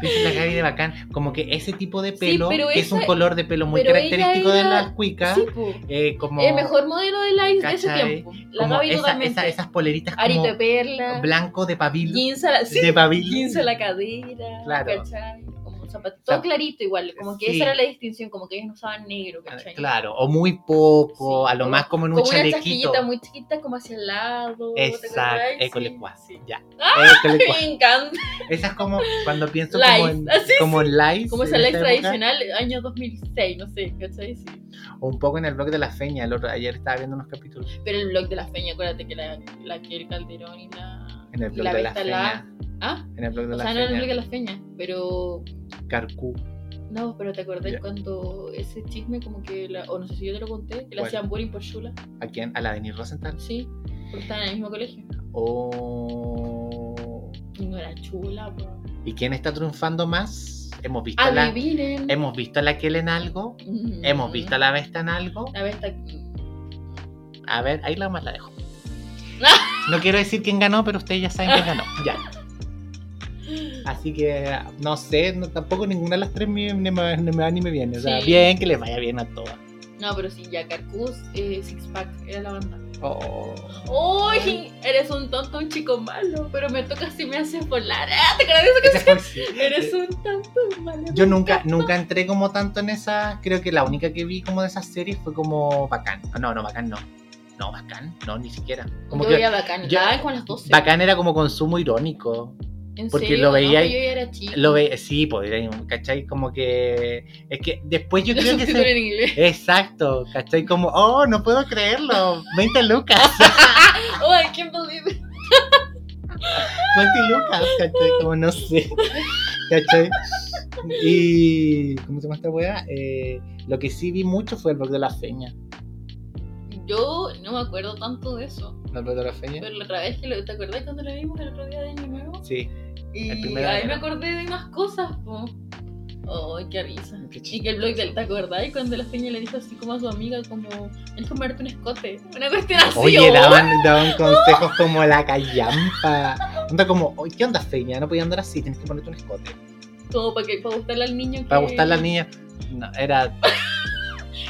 B: Pienso en la Gaby de Bacán. Como que ese tipo de
A: Sí,
B: pelo,
A: pero
B: que es un
A: esa-
B: color de pelo muy
A: pero
B: característico
A: ella
B: de
A: era-
B: las cuicas.
A: Sí, po.
B: eh, como
A: El mejor modelo de live de ese
B: ¿Cachai?
A: tiempo. La
B: como
A: Gaby
B: esa-
A: totalmente.
B: esa- esas poleritas
A: Arito de
B: como
A: perla.
B: blanco de pabilo.
A: Jeans a la, sí,
B: de pabilo.
A: jeans a la cadera.
B: Claro.
A: ¿cachai? Como un zapatito. Todo clarito igual. Como que
B: Sí. Ah,
A: esa era la distinción. Como que ellos no usaban negro. ¿cachai?
B: Claro, o muy poco,
A: Sí,
B: a lo
A: o-
B: más como en un
A: Como una
B: chalequito.
A: chasquillita muy chiquita, como hacia el lado. ¿te acordás?
B: Exacto, école cuá,
A: Sí.
B: ya. École cuá.
A: Me encanta.
B: Esa es como cuando pienso
A: Lies,
B: como en,
A: así,
B: como en lies,
A: Como
B: en
A: esa live
B: esa época,
A: tradicional, año 2006, no sé, ¿cachai? Sí.
B: o un poco en el blog de la feña, el otro, ayer estaba viendo unos capítulos
A: Pero el blog de la feña, acuérdate que la, la Kiel Calderón y la.
B: en el
A: y
B: blog de la
A: Vesta
B: feña,
A: Ah,
B: en el blog de
A: o
B: la
A: sea, no era el blog
B: feña,
A: de la feña, pero.
B: Carcú,
A: No, pero te acordás
B: Ya.
A: cuando ese chisme, como que. la- o no sé si yo te lo conté, que le
B: ¿Cuál?
A: hacían bullying por Shula.
B: ¿a quién? A la Denise Rosenthal,
A: Sí, porque estaban en el mismo colegio.
B: o
A: Y no era chula, po.
B: ¿y quién está triunfando más? Hemos visto
A: Ah,
B: a la,
A: Adivinen.
B: hemos visto a la Kel en algo,
A: Mm.
B: hemos visto a la Vesta en algo,
A: La Vesta.
B: a ver, ahí la más la dejo. No quiero decir quién ganó, pero ustedes ya saben quién ganó. Ya. Así que no sé, no- tampoco ninguna de las tres me, ni me, ni me va ni me viene. O sea,
A: Sí.
B: bien que les vaya bien a todas.
A: No, pero sí, ya Carcus, eh, Six Pack, era la banda.
B: Oh.
A: ¡Uy! Eres un tonto, un chico malo, pero me toca si me haces volar. ¡Ah! ¿Te acuerdas de eso que
B: Ese fue- sí.
A: Eres un tonto malo.
B: Yo nunca, nunca entré como tanto en esa. Creo que la única que vi como de esas series fue como Bacán. Ah, No, no, Bacán no. No, Bacán, no, ni siquiera. Como
A: yo
B: que
A: veía bacán.
B: yo-
A: Ya como a las 12.
B: Bacán era como consumo irónico.
A: ¿En
B: porque
A: serio?
B: lo veía
A: No,
B: y-
A: yo ya era chico.
B: Lo ve, sí, podría, ¿cachai? Como que. Es que después yo
A: Los
B: creo que
A: subtítulos
B: se.
A: en inglés.
B: Exacto, ¿cachai? Como, oh, no puedo creerlo. 20 lucas,
A: Oh, I can't believe it.
B: 20 lucas, ¿cachai? Como no sé, ¿cachai? Y. ¿Cómo se llama esta weá? Eh, lo que sí vi mucho fue el blog de la feña.
A: Yo no me acuerdo tanto de eso.
B: ¿No el blog de la feña?
A: Pero la otra vez que lo. ¿Te acordás cuando lo vimos el otro día de Año Nuevo?
B: Sí.
A: Y
B: El primero de
A: ahí
B: enero.
A: me acordé de unas cosas, po. Oh, qué risa.
B: Qué
A: Y que el blog del, ¿te acordás? Cuando la feña le dijo así como a su amiga, como, es comerte un escote. Una cuestión así.
B: Oye,
A: oh.
B: daban, daban consejos como la callampa. Onda como, "Oye, ¿qué onda, feña? No podía andar así, tienes que ponerte un escote.
A: Como para, que, para gustarle al niño. que-
B: Para gustarle al niño. No, era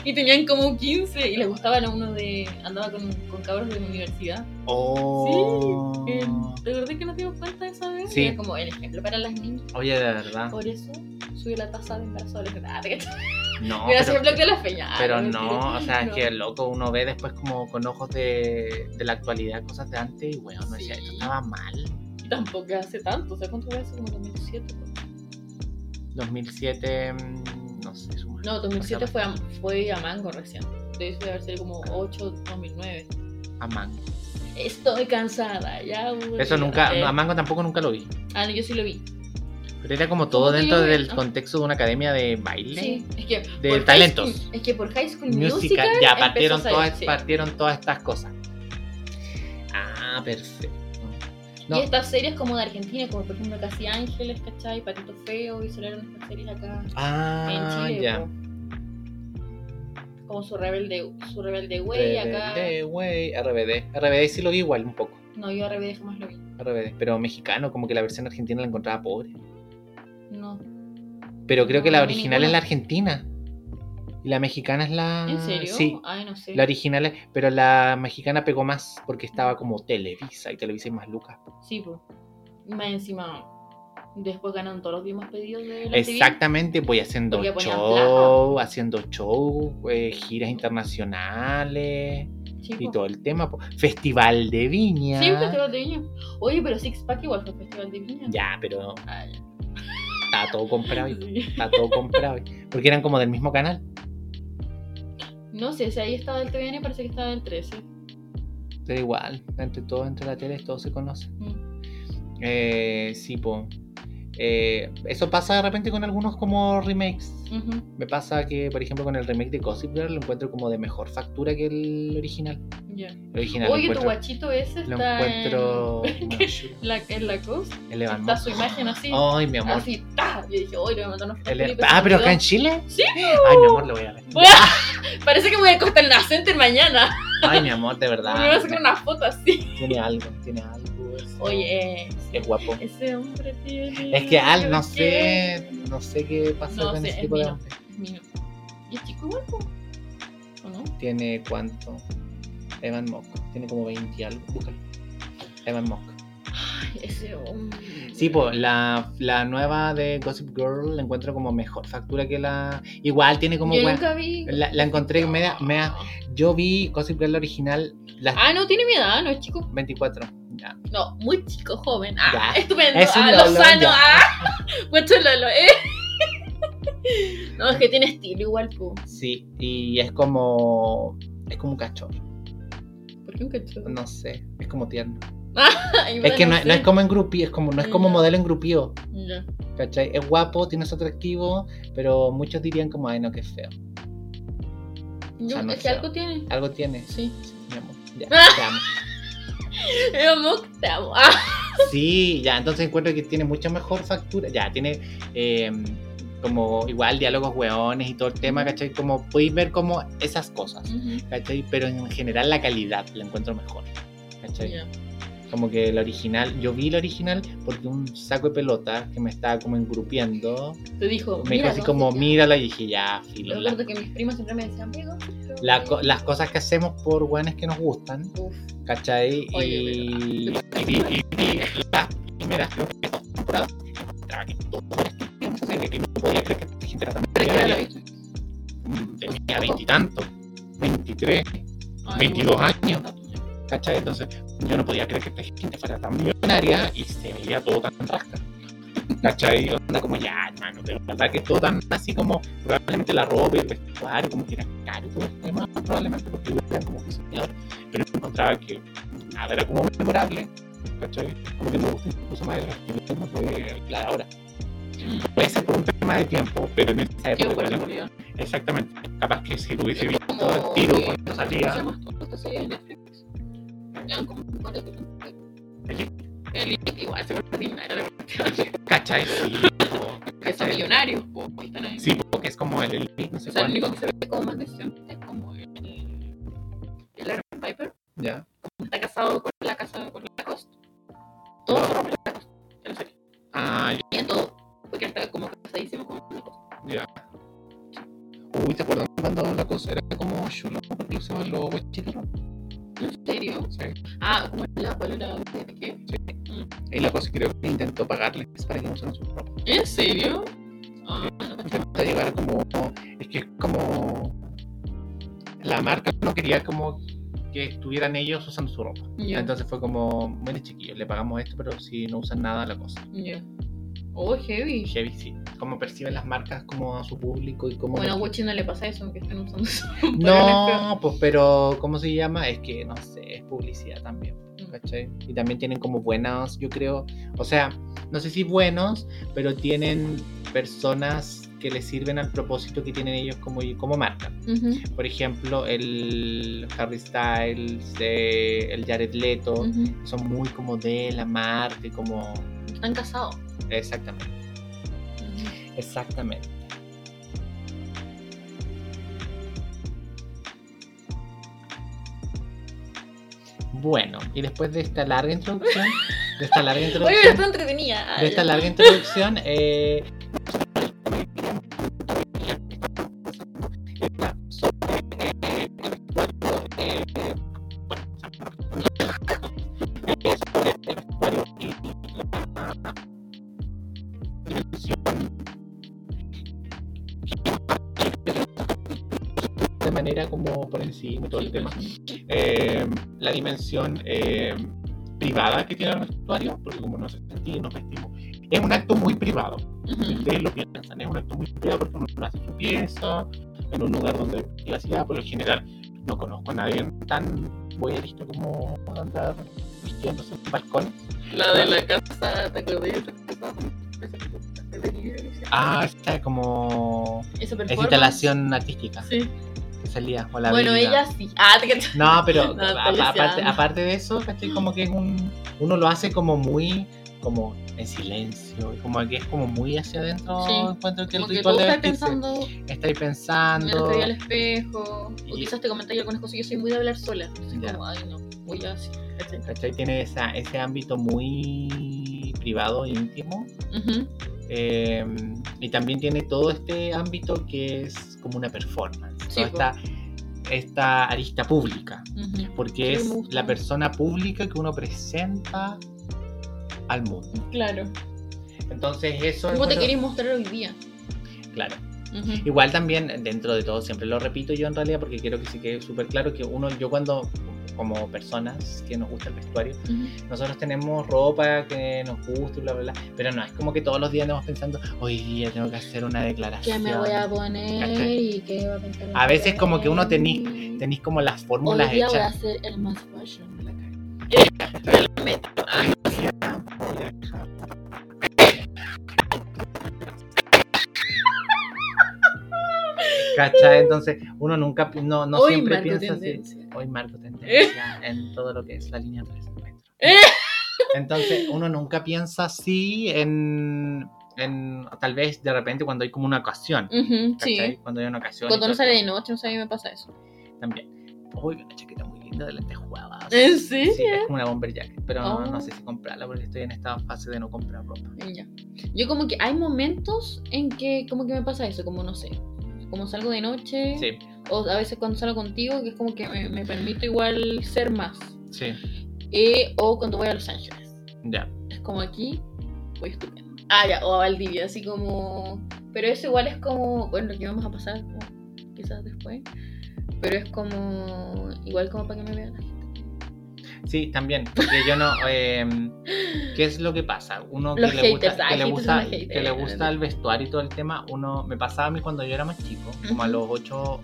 A: Y tenían como 15 y les gustaban a uno de... Andaba con, con cabros de mi universidad.
B: Oh.
A: Eh, ¿Te acordás que nos dimos cuenta de esa vez?
B: Sí.
A: Era como el ejemplo para las niñas.
B: Oye, de verdad.
A: Por eso sube la tasa de embarazo adolescente. Ah, te cachai.
B: No.
A: Mira, así el blog de
B: pero,
A: la feña. Ah,
B: pero
A: mentira.
B: no, o sea, es
A: No.
B: que loco, uno ve después como con ojos de, de la actualidad cosas de antes y bueno, no decía,
A: Sí.
B: esto estaba mal.
A: Y tampoco hace tanto. O sea, ¿cuánto fue hace? Como 2007. ¿no?
B: 2007, mm, no sé, su
A: No, 2007 fue a, fue a Mango recién. Debe de haber sido como 8, 2009.
B: a Mango.
A: Estoy cansada, ya. aburrida.
B: Eso nunca,
A: Eh,
B: a Mango tampoco nunca lo vi.
A: Ah, no, yo sí lo vi.
B: Pero era como todo
A: que yo
B: dentro
A: lo vi?
B: del
A: Ah.
B: contexto de una academia de baile.
A: Sí, es que.
B: De
A: por High
B: talentos.
A: School- es que por High School Musical.
B: Musical, ya
A: empezó
B: partieron
A: a salir,
B: todas,
A: sí.
B: partieron todas estas cosas. Ah, perfecto. No.
A: Y estas series como de Argentina, como por ejemplo Casi Ángeles, ¿cachai? Patito Feo, y salieron estas series acá
B: Ah,
A: en Chile.
B: ya.
A: po. Como su rebelde, su rebelde güey acá.
B: RBD, güey, RBD. RBD sí lo vi igual un poco.
A: No, yo rebelde jamás lo vi.
B: RBD, pero mexicano, como que la versión argentina la encontraba pobre.
A: No.
B: Pero creo que
A: No,
B: la
A: no vi
B: original
A: ninguno.
B: es la argentina. Y Y la mexicana es la.
A: ¿En serio?
B: Mm, Sí.
A: Ay, no sé.
B: La original es, pero la mexicana pegó más porque estaba como Televisa y Televisa es más Lucas.
A: Sí, pues. Más encima. Después ganan todos los videos más pedidos de la
B: Exactamente, voy haciendo
A: Porque ponían
B: show, haciendo show, eh, giras internacionales
A: TV. Sí,
B: y
A: po.
B: todo el tema. po. Festival de Viña.
A: Oh. Sí, un festival de viña. Oye, pero Six Pack igual fue festival de viña.
B: Ya, pero
A: Ah, ya.
B: está todo comprado, y-
A: Sí.
B: está todo comprado. y- Porque eran como del mismo canal.
A: No sé, si ahí estaba el TVN, parece que estaba el 13.
B: Pero igual, entre todos, entre la tele, todos se conocen.
A: Mm.
B: Eh, sí, po. Eh, eso pasa de repente con algunos como remakes.
A: Ujú.
B: Me pasa que, por ejemplo, con el remake de Gossip Girl lo encuentro como de mejor factura que el original.
A: Ya.
B: El original
A: Oye,
B: lo
A: tu
B: encuentro,
A: guachito ese
B: lo
A: está
B: encuentro maravilloso.
A: en la, en la coast.
B: El Evan
A: Está
B: Moss.
A: su imagen así.
B: Ay, mi amor.
A: Así, ¡ta! Yo dije, oye, le voy a mandar unos
B: El-
A: papeles",
B: ah,
A: se me
B: pero acá en
A: olvidó.
B: Chile.
A: Sí.
B: Ay, mi amor, lo voy a ver.
A: Parece que voy a Costa del Nacente mañana.
B: Ay, mi amor, de
A: Me voy a
B: verdad.
A: sacar una foto así.
B: Tiene algo, tiene algo. es-
A: Oye, eh,
B: Es guapo.
A: ese hombre tiene.
B: Es que Al, no
A: ¿qué?
B: sé, no sé qué pasa
A: No
B: con
A: sé,
B: ese
A: es
B: tipo de
A: mío.
B: hombre.
A: Mira. ¿Y es chico igual, po? ¿O no?
B: Tiene cuánto? Evan Mock. Tiene como 20 y algo. Búscalo. Evan Mock.
A: Ay, ese hombre.
B: Sí, pues la, la nueva de Gossip Girl la encuentro como mejor factura que la. Igual tiene como.
A: Yo
B: buen-
A: nunca vi.
B: La, la encontré media, media- Yo vi Gossip Girl la original, las
A: Ah, no tiene mi edad, no es chico.
B: 24. Ya.
A: No, muy chico, joven. Ah,
B: Ya.
A: estupendo.
B: Es un
A: ah,
B: lolo,
A: Lozano.
B: ya.
A: Ah, mucho lolo, ¿eh? No, es que tiene estilo igual, po.
B: Sí, y es como. Es como un cachorro.
A: ¿Por qué un cachorro?
B: No sé, es como tierno.
A: Ay,
B: es que
A: bueno,
B: no, no
A: sé. Mm.
B: es como en grupi, es como, no es como
A: Ya.
B: modelo en grupío.
A: Ya.
B: ¿Cachai? Es guapo, tiene su atractivo, pero muchos dirían como, ay no, qué feo.
A: Yo,
B: sea, no
A: es
B: es
A: que
B: feo.
A: algo tiene.
B: Algo tiene.
A: Sí.
B: Mi amor. Ya,
A: Ah.
B: te amo.
A: Yo amo, que te amo. Ah,
B: Sí, ya, entonces encuentro que tiene mucha mejor factura. Ya, tiene eh, como igual diálogos hueones y todo el tema, ¿cachai? Como podéis ver como esas cosas, ¿cachai? Pero en general la calidad la encuentro mejor, ¿cachai?
A: Ya.
B: Como que la original, yo vi la original porque un saco de pelota que me estaba como engrupiendo,
A: Te dijo.
B: me dijo así como,
A: mira.
B: mírala y dije, ya,
A: Yo
B: filo. la-
A: recuerdo que mis primos siempre me decían, amigo.
B: la co- las cosas que hacemos por hueones que nos gustan,
A: Uf.
B: ¿cachai?
A: Oye,
B: y, y, y- y- las primeras dos temporadas, encontraba que todo era estúpido, no sé, que no podía creer que la gente era tan
A: ya la
B: bella.
A: viste?
B: Mm, Tenía veintitantos, veintitrés,
A: Ay,
B: 22
A: bueno.
B: años. ¿cachai? Entonces yo no podía creer que esta gente fuera tan millonaria y se veía todo tan rasca. ¿Cachai? Onda como ya, hermano, de verdad que todo tan así como probablemente la ropa y el vestuario, como que era caro todo el tema, probablemente porque yo era como diseñador, pero yo encontraba que nada era como memorable, ¿cachai? Como que me gusta incluso más el arquitecto que la de ahora. Puede ser por un tema de tiempo, pero en esa
A: Qué
B: época.
A: bueno,
B: era-
A: boludo.
B: Exactamente. Capaz que si lo hubiese visto
A: Como
B: el tiro
A: que-
B: cuando
A: ¿Cómo se
B: salía.
A: llama esto? Esta serie de Netflix. Ya, como- Elite, Igual se vuelve millonario, la cuestión.
B: ¿Cachai? Sí, po,
A: Que son
B: ¿cachai?
A: millonarios, po, que están ahí.
B: Sí, porque es como el elite, no sé
A: O sea, el
B: cuánto.
A: único que se ve como más decente es como el. El Aaron Piper.
B: Ya.
A: Está casado con la casa con la costa. Todo se rompe la costa. En serio.
B: Ah,
A: Y en todo. Porque está como casadísimo con la costa.
B: ya. Uy, ¿te acuerdas cuando la cosa era como chulo? Porque usaba los guachitos.
A: ¿En serio?
B: Sí.
A: Ah, como la palabra de qué?
B: Y la cosa creo que intentó pagarles para que no usaran su ropa.
A: ¿En serio? Ah,
B: Intentó llegar como. Es que es como. La marca no quería como que estuvieran ellos usando su ropa.
A: ya.
B: Entonces fue como, miren chiquillos, le pagamos esto, pero si no usan nada la cosa.
A: Ya. Oh, heavy.
B: Chevy sí. Cómo perciben las marcas como a su público y cómo.
A: Bueno, a Gucci no le pasa eso, aunque están usando eso.
B: No, pues pero ¿cómo se llama? Es que no sé, es publicidad también, ¿cachai? Y también tienen como buenos, yo creo, o sea, no sé si buenos, pero tienen personas que les sirven al propósito que tienen ellos como, como marca.
A: Ujú,
B: Por ejemplo, el Harry Styles, eh, el Jared Leto,
A: ujú.
B: son muy como de la marca, y como...
A: Están casados.
B: Exactamente,
A: Ujú.
B: exactamente. Bueno, y después de esta larga introducción, de esta larga
A: Oye, pero
B: introducción,
A: está entretenida. Ah,
B: de esta
A: ya.
B: larga introducción, eh, de manera como por encima y todo el tema. Eh, la dimensión eh, privada que tiene el vestuario, porque como nos sentimos, nos vestimos, es un acto muy privado. Si
A: Ujú.
B: ustedes lo piensan, es un acto muy privado porque uno hace su pieza, en un lugar donde hay privacidad, por lo general no conozco a nadie tan voyerista como andar vistiéndose en un balcón.
A: La de la casa, ¿te acordás de esa casa?
B: Ah, está como...
A: Esa
B: Es
A: performance.
B: instalación artística,
A: Sí.
B: salía o la
A: Bueno,
B: vida.
A: ella sí. Ah, te cacho.
B: No, pero
A: No,
B: a-
A: está
B: a- aparte,
A: leseando.
B: aparte de eso, ¿cachai? Como que es un, uno lo hace como muy, como en silencio, y como que es como muy hacia adentro,
A: Sí.
B: encuentro que el
A: Como que
B: ritual
A: tú
B: de
A: estás
B: vestirse.
A: pensando,
B: Estáis
A: mira,
B: pensando,
A: te vi al espejo. O
B: Y-
A: quizás te comentáis algunas cosas. Yo soy muy de hablar sola. Entonces,
B: Ya.
A: como, ay, no, voy así. ¿cachai?
B: ¿cachai? Tiene esa, ese ámbito muy privado, íntimo,
A: Ujú.
B: eh, y también tiene todo este ámbito que es como una performance,
A: Sí,
B: toda
A: po.
B: esta, esta arista pública.
A: Ujú.
B: porque
A: Sí,
B: es
A: me gusta.
B: la persona pública que uno presenta al mundo.
A: Claro.
B: Entonces eso es
A: ¿Cómo te
B: bueno,
A: querés mostrar hoy día?
B: claro.
A: Ujú.
B: Igual también dentro de todo siempre lo repito yo en realidad porque quiero que se quede súper claro que uno yo cuando como personas que nos gusta el vestuario,
A: Ujú.
B: nosotros tenemos ropa que nos gusta y bla bla bla, pero no es como que todos los días andamos pensando, hoy día tengo que hacer una
A: ¿Qué
B: declaración.
A: me voy a poner?
B: ¿Cachai?
A: ¿Y qué va a pensar? la
B: A veces
A: gente?
B: como que uno tení- Tenéis como las
A: Hoy
B: fórmulas
A: día voy a
B: hechas.
A: hacer el más fashion de la cara.
B: ¿Cachai? Entonces, uno nunca pi- no, no
A: Hoy
B: siempre
A: marco
B: piensa así.
A: tendencia.
B: hoy marco tendencia en todo lo que es la línea 3 del metro.
A: Eh.
B: Entonces, uno nunca piensa así en, en- Tal vez de repente cuando hay como una ocasión.
A: Ujú,
B: ¿cachai?
A: Mm, sí.
B: Cuando hay una ocasión.
A: Cuando
B: y
A: no
B: todo
A: sale de
B: eso.
A: noche, no sé, a mí me pasa eso.
B: También. Uy, una chaqueta muy linda de lentejuelas.
A: ¿En serio?
B: Sí, es como una bomber jacket. Pero no- no
A: Eh, Oh.
B: sé si comprarla porque estoy en esta fase de no comprar ropa.
A: Ya. Yo como que hay momentos en que como que me pasa eso, como no sé, como salgo de noche,
B: Sí,
A: o a veces cuando salgo contigo, que es como que me, me permito igual ser más.
B: sí,
A: Eh, o cuando voy a Los Ángeles,
B: ya.
A: es como aquí, voy estupendo. Ah, ya, o a Valdivia, así como... Pero eso igual es como, bueno, lo que vamos a pasar como quizás después, pero es como, igual como para que me vean la gente.
B: Sí, también. Porque yo no. em, ¿Qué es lo que pasa? Uno que
A: Los
B: le gusta,
A: haters, ay,
B: que le
A: haters
B: gusta,
A: son los haters.
B: que le gusta el vestuario y todo el tema, uno me pasaba a mí cuando yo era más chico, como a
A: Ujú.
B: los 8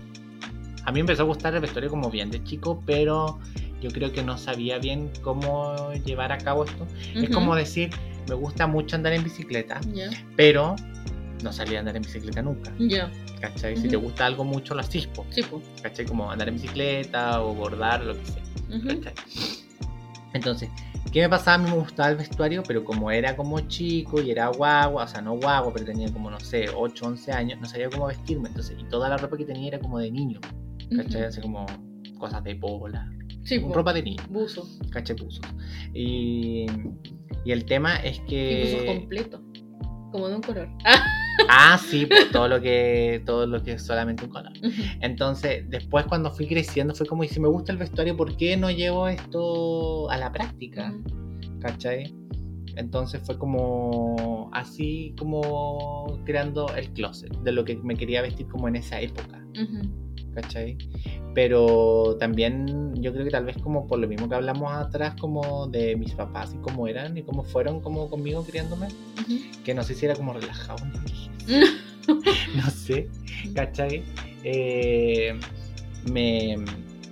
B: a mí me empezó a gustar el vestuario como bien de chico, pero yo creo que no sabía bien cómo llevar a cabo esto. Es
A: Ujú.
B: como decir, me gusta mucho andar en bicicleta,
A: Ya,
B: pero no salí a andar en bicicleta nunca,
A: ya,
B: ¿cachai? Si
A: Ujú.
B: te gusta algo mucho, lo haces, po,
A: sí, pues.
B: ¿cachai? Como andar en bicicleta o bordar, lo que sea.
A: Ujú.
B: ¿Cachai? Entonces, ¿qué me pasaba? A mí me gustaba el vestuario, pero como era como chico y era guagua, o sea, no guagua, pero tenía como, no sé, 8, 11 años, no sabía cómo vestirme. Entonces, y toda la ropa que tenía era como de niño, ¿cachai?
A: Ujú.
B: Así como cosas de pola,
A: Sí, po.
B: ropa de niño,
A: Buzo.
B: ¿cachai? Puso. Y, y el tema es
A: Y buzos
B: que...
A: completos. Como de un color.
B: Ah, sí, pues, todo lo que todo lo que es solamente un color.
A: Ujú.
B: Entonces, después cuando fui creciendo fue como, y si me gusta el vestuario, ¿por qué no llevo esto a la práctica? ¿cachai? Entonces fue como así como creando el closet de lo que me quería vestir como en esa época,
A: Ujú.
B: ¿cachai? Pero también yo creo que tal vez como por lo mismo que hablamos atrás como de mis papás y cómo eran y cómo fueron como conmigo criándome,
A: Ujú.
B: que no sé si era como relajado, no sé, ¿cachai? Eh, me,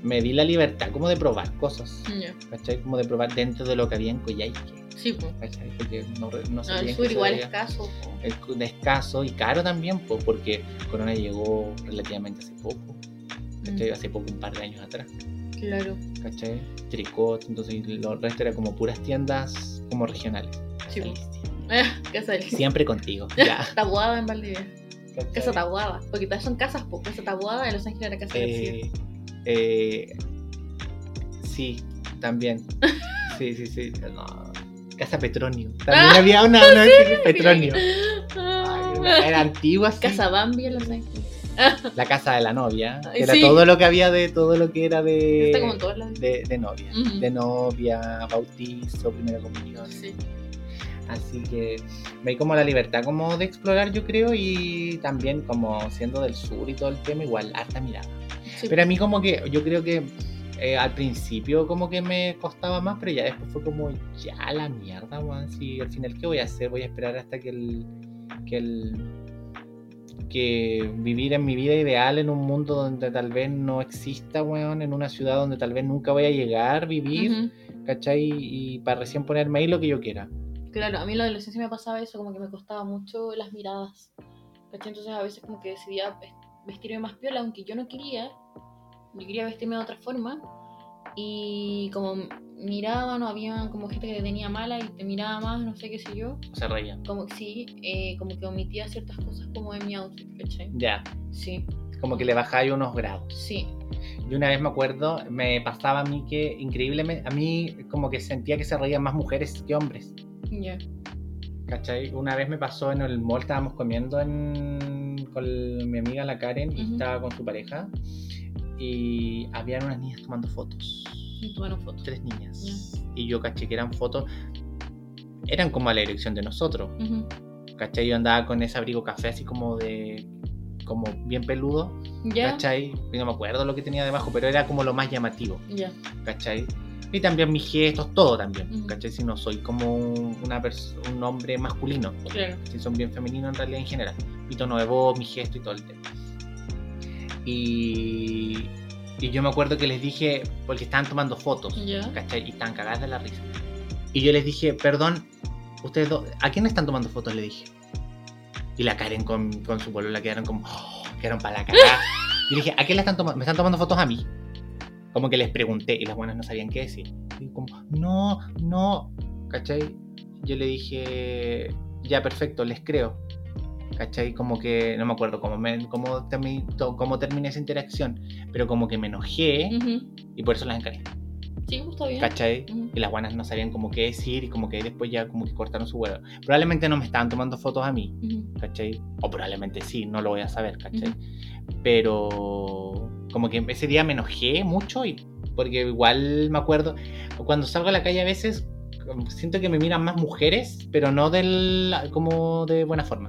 B: me di la libertad como de probar cosas,
A: Ya.
B: ¿cachai? Como de probar dentro de lo que había en Coyhaique.
A: Sí, po.
B: ¿cachai? Porque no, re- no
A: No,
B: sabían
A: el
B: que
A: sur
B: se
A: igual es
B: veía-
A: escaso. po.
B: el cu- de escaso y caro también, pues, porque Corona llegó relativamente hace poco, ¿cachai?
A: Mm,
B: Hace poco, un par de años atrás,
A: Claro.
B: ¿cachai? Tricot, entonces lo resto era como puras tiendas como regionales.
A: Sí, po.
B: Alicia,
A: Casa del
B: Siempre contigo, ya.
A: Tabuada en Valdivia.
B: ¿cachai?
A: Casa Tabuada. Porque todas son casas, po. Casa Tabuada en Los Ángeles era casa del
B: Eh, eh, sí, también. Sí, sí, sí. No. Casa Petronio. También había una, una Petronio. Ay, una- era antigua, sí.
A: Casa Bambi en Los Ángeles.
B: la casa de la novia, que era
A: Sí.
B: todo lo que había de todo lo que era de,
A: Está como en todos lados.
B: Eh, de, de novia,
A: Ujú.
B: de novia, bautizo, primera comunión.
A: Sí.
B: Así que me di como la libertad como de explorar, yo creo, y también como siendo del sur y todo el tema, igual harta mirada.
A: Sí.
B: Pero a mí como que, yo creo que eh, al principio como que me costaba más, pero ya después fue como, ya la mierda, weón. Si al final, ¿qué voy a hacer? Voy a esperar hasta que el... Que el que vivir en mi vida ideal en un mundo donde tal vez no exista, weón, en una ciudad donde tal vez nunca voy a llegar, vivir,
A: Ujú.
B: ¿cachai? Y para recién ponerme ahí lo que yo quiera.
A: Claro, a mí en la adolescencia me pasaba eso, como que me costaba mucho las miradas. ¿cachai? Entonces a veces como que decidía ves- vestirme más piola, aunque yo no quería. Yo quería vestirme de otra forma. Y como miraban o había como gente que te tenía mala y te miraba más, no sé qué sé yo.
B: O sea, reía.
A: Como que sí, eh, como que omitía ciertas cosas como en mi outfit, ¿cachai?
B: Ya,
A: Sí,
B: como que le bajáis unos grados.
A: sí.
B: Y una vez me acuerdo, me pasaba a mí que increíblemente, a mí como que sentía que se reían más mujeres que hombres.
A: Ya.
B: ¿Cachai? Una vez me pasó en el mall, estábamos comiendo en- con el- mi amiga la Karen y
A: Ujú.
B: estaba con su pareja. Y habían unas niñas tomando fotos.
A: Y tomaron fotos.
B: Tres niñas. Y yo caché que eran fotos. Eran como a la elección de nosotros.
A: Ujú.
B: ¿Cachai? Yo andaba con ese abrigo café así como de. como bien peludo.
A: Ya.
B: ¿Cachai? Y no me acuerdo lo que tenía debajo, pero era como lo más llamativo.
A: Ya.
B: ¿cachai? Y también mis gestos, todo también,
A: Ujú.
B: ¿cachai? Si no soy como un- una pers- un hombre masculino,
A: Claro.
B: si son bien femeninos en realidad en general. Mi tono de voz, mi gesto y todo el tema. Y, y yo me acuerdo que les dije, porque estaban tomando fotos,
A: Ya.
B: ¿cachai? Y estaban cagadas de la risa. Y yo les dije, perdón, ustedes dos, ¿a quién están tomando fotos? Le dije. Y la Karen con, con su la quedaron como, "Oh", quedaron para la cagada. Y le dije, ¿a quién le están tomando? Me están tomando fotos a mí. Como que les pregunté y las buenas no sabían qué decir. Y como, no, no, ¿cachai? Yo le dije, ya perfecto, les creo. ¿Cachai? Como que, no me acuerdo cómo, me, cómo, termi- to- cómo terminé esa interacción, pero como que me enojé
A: Ujú.
B: y por eso las encaré.
A: Sí, pues, está bien.
B: ¿Cachai?
A: Ujú.
B: Y las guanas no sabían como qué decir y como que después ya como que cortaron su huevo. Probablemente no me estaban tomando fotos a mí,
A: Ujú.
B: ¿cachai? O probablemente sí, no lo voy a saber, ¿cachai?
A: Ujú.
B: Pero como que ese día me enojé mucho y porque igual me acuerdo, cuando salgo a la calle a veces como siento que me miran más mujeres, pero no del como de buena forma,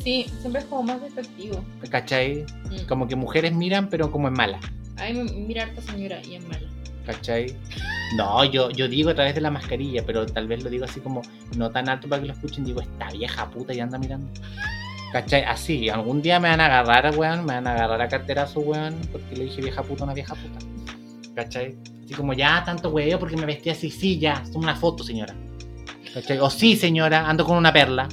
A: Sí, siempre es como más despectivo.
B: ¿cachai?
A: Mm.
B: Como que mujeres miran pero como en mala.
A: A mí me mira harta señora y es mala.
B: ¿Cachai? No, yo, yo digo a través de la mascarilla, pero tal vez lo digo así como no tan alto para que lo escuchen. Digo, esta vieja puta ya anda mirando. ¿Cachai? Así, algún día me van a agarrar, weón, me van a agarrar a carterazo, weón, porque le dije vieja puta a una vieja puta. ¿Cachai? Así como, ya, tanto weón, porque me vestí así, sí, ya, es una foto, señora. ¿Cachai? O sí, señora, ando con una perla.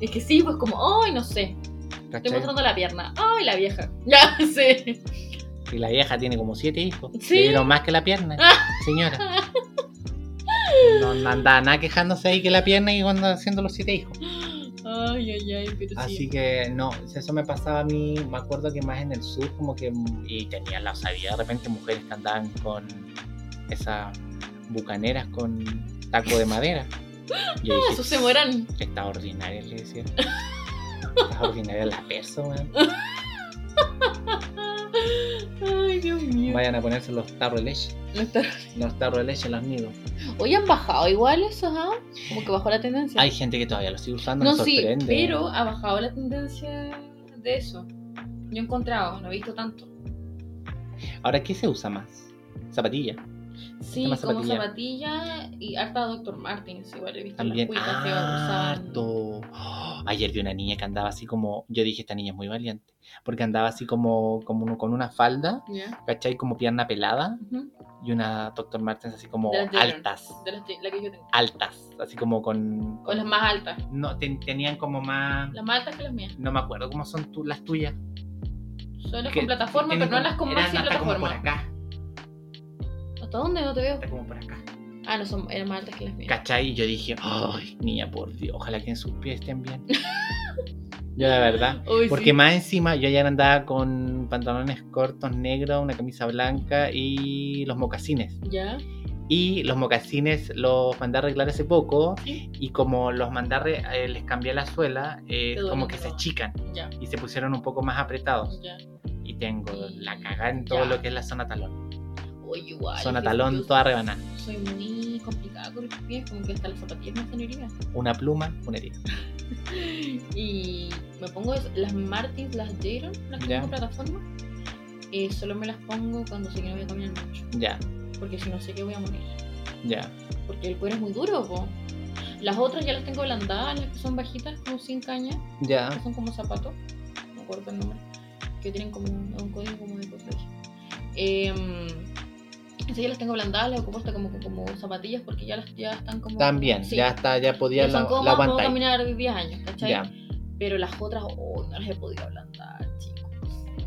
A: Es que sí, pues como, ay, no sé. Estoy
B: ¿Cachai?
A: mostrando la pierna. Ay, la vieja. Ya, sí.
B: Y la vieja tiene como siete hijos.
A: Sí. Ah.
B: Le dieron más que la pierna, señora. No, no andaba nada quejándose ahí que la pierna y cuando haciendo los siete hijos.
A: Ay, ay, ay, pero
B: Así
A: sí.
B: que no, eso me pasaba a mí, me acuerdo que más en el sur como que, y tenía la sabía de repente mujeres que andaban con esas bucaneras con taco de madera. Y Yo
A: Ah,
B: dije,
A: sus se mueran.
B: está ordinaria, le decía. Está ordinaria la persona.
A: Ay, Dios mío.
B: Vayan a ponerse los tarros de leche,
A: No está-
B: los tarros de leche en los nidos.
A: Hoy han bajado igual esos, ¿ah? Como que bajó la tendencia.
B: Hay gente que todavía lo sigue usando,
A: no,
B: me
A: sí,
B: sorprende.
A: pero ha bajado la tendencia de eso. Yo he encontrado, no he visto tanto.
B: Ahora, ¿qué se usa más? Zapatilla.
A: Sí,
B: tema
A: como
B: zapatilla.
A: zapatilla y harta Dr. Martins, igual he visto
B: También. ah,
A: las cuicas que usaban.
B: Harto. Ayer vi una niña que andaba así como. Yo dije, esta niña es muy valiente. Porque andaba así como, como un- con una falda,
A: ¿Ya?
B: ¿cachai? Como pierna pelada.
A: ujú,
B: Y una Dr. Martens así como
A: De las de Aaron.
B: altas.
A: De las que- la que yo tengo.
B: Altas. Así como con.
A: O
B: con-
A: las más altas.
B: No, ten- tenían como más.
A: Las más altas que las mías.
B: No me acuerdo cómo son tu- las tuyas.
A: Solo
B: Que
A: con plataforma,
B: tienen
A: pero no
B: como-
A: las con
B: eran
A: más y
B: hasta Como por
A: plataforma.
B: acá.
A: ¿Hasta dónde? No te veo.
B: Hasta como por acá.
A: Ah, no, son, eran más altas que las mías.
B: ¿Cachai? Y yo dije, ay, niña, por Dios, ojalá que en sus pies estén bien. yo, la verdad.
A: Uy,
B: Porque
A: Pues sí.
B: más encima yo ayer andaba con pantalones cortos negros, una camisa blanca y los mocasines.
A: ¿Ya?
B: Y los mocasines los mandé a arreglar hace poco.
A: Sí.
B: Y como los mandé a re- eh, les cambié la suela, eh,
A: Te duele
B: como
A: un
B: que se
A: poco.
B: achican
A: Ya,
B: y se pusieron un poco más apretados.
A: ya.
B: Y tengo la cagada en todo
A: Ya.
B: lo que es la zona talón.
A: Oye, igual.
B: Zona
A: yo-
B: talón
A: yo
B: toda rebanada.
A: Soy muy complicada con los pies, como que hasta las zapatillas me hacen heridas.
B: Una pluma, una herida.
A: Y me pongo es- las Martins, las Jaron, las que
B: Ya.
A: tengo plataforma. eh, solo me las pongo cuando sé que no voy a caminar mucho.
B: Ya,
A: Porque si no sé que voy a morir.
B: ya.
A: Porque el cuero es muy duro, po. Las otras ya las tengo blandadas, las que son bajitas, como sin caña,
B: Ya,
A: que son como zapatos, no me acuerdo el nombre, que tienen como un, un código como de protección. Eh, esas ya las tengo blandadas, las ocupo hasta como, como zapatillas porque ya las ya están como.
B: también,
A: Sí,
B: ya está, ya podía
A: ya
B: la,
A: son como
B: la
A: más, puedo
B: aguantar.
A: caminar 10 años, ¿cachai?
B: Ya,
A: Pero las otras, oh, no las he podido ablandar, chicos.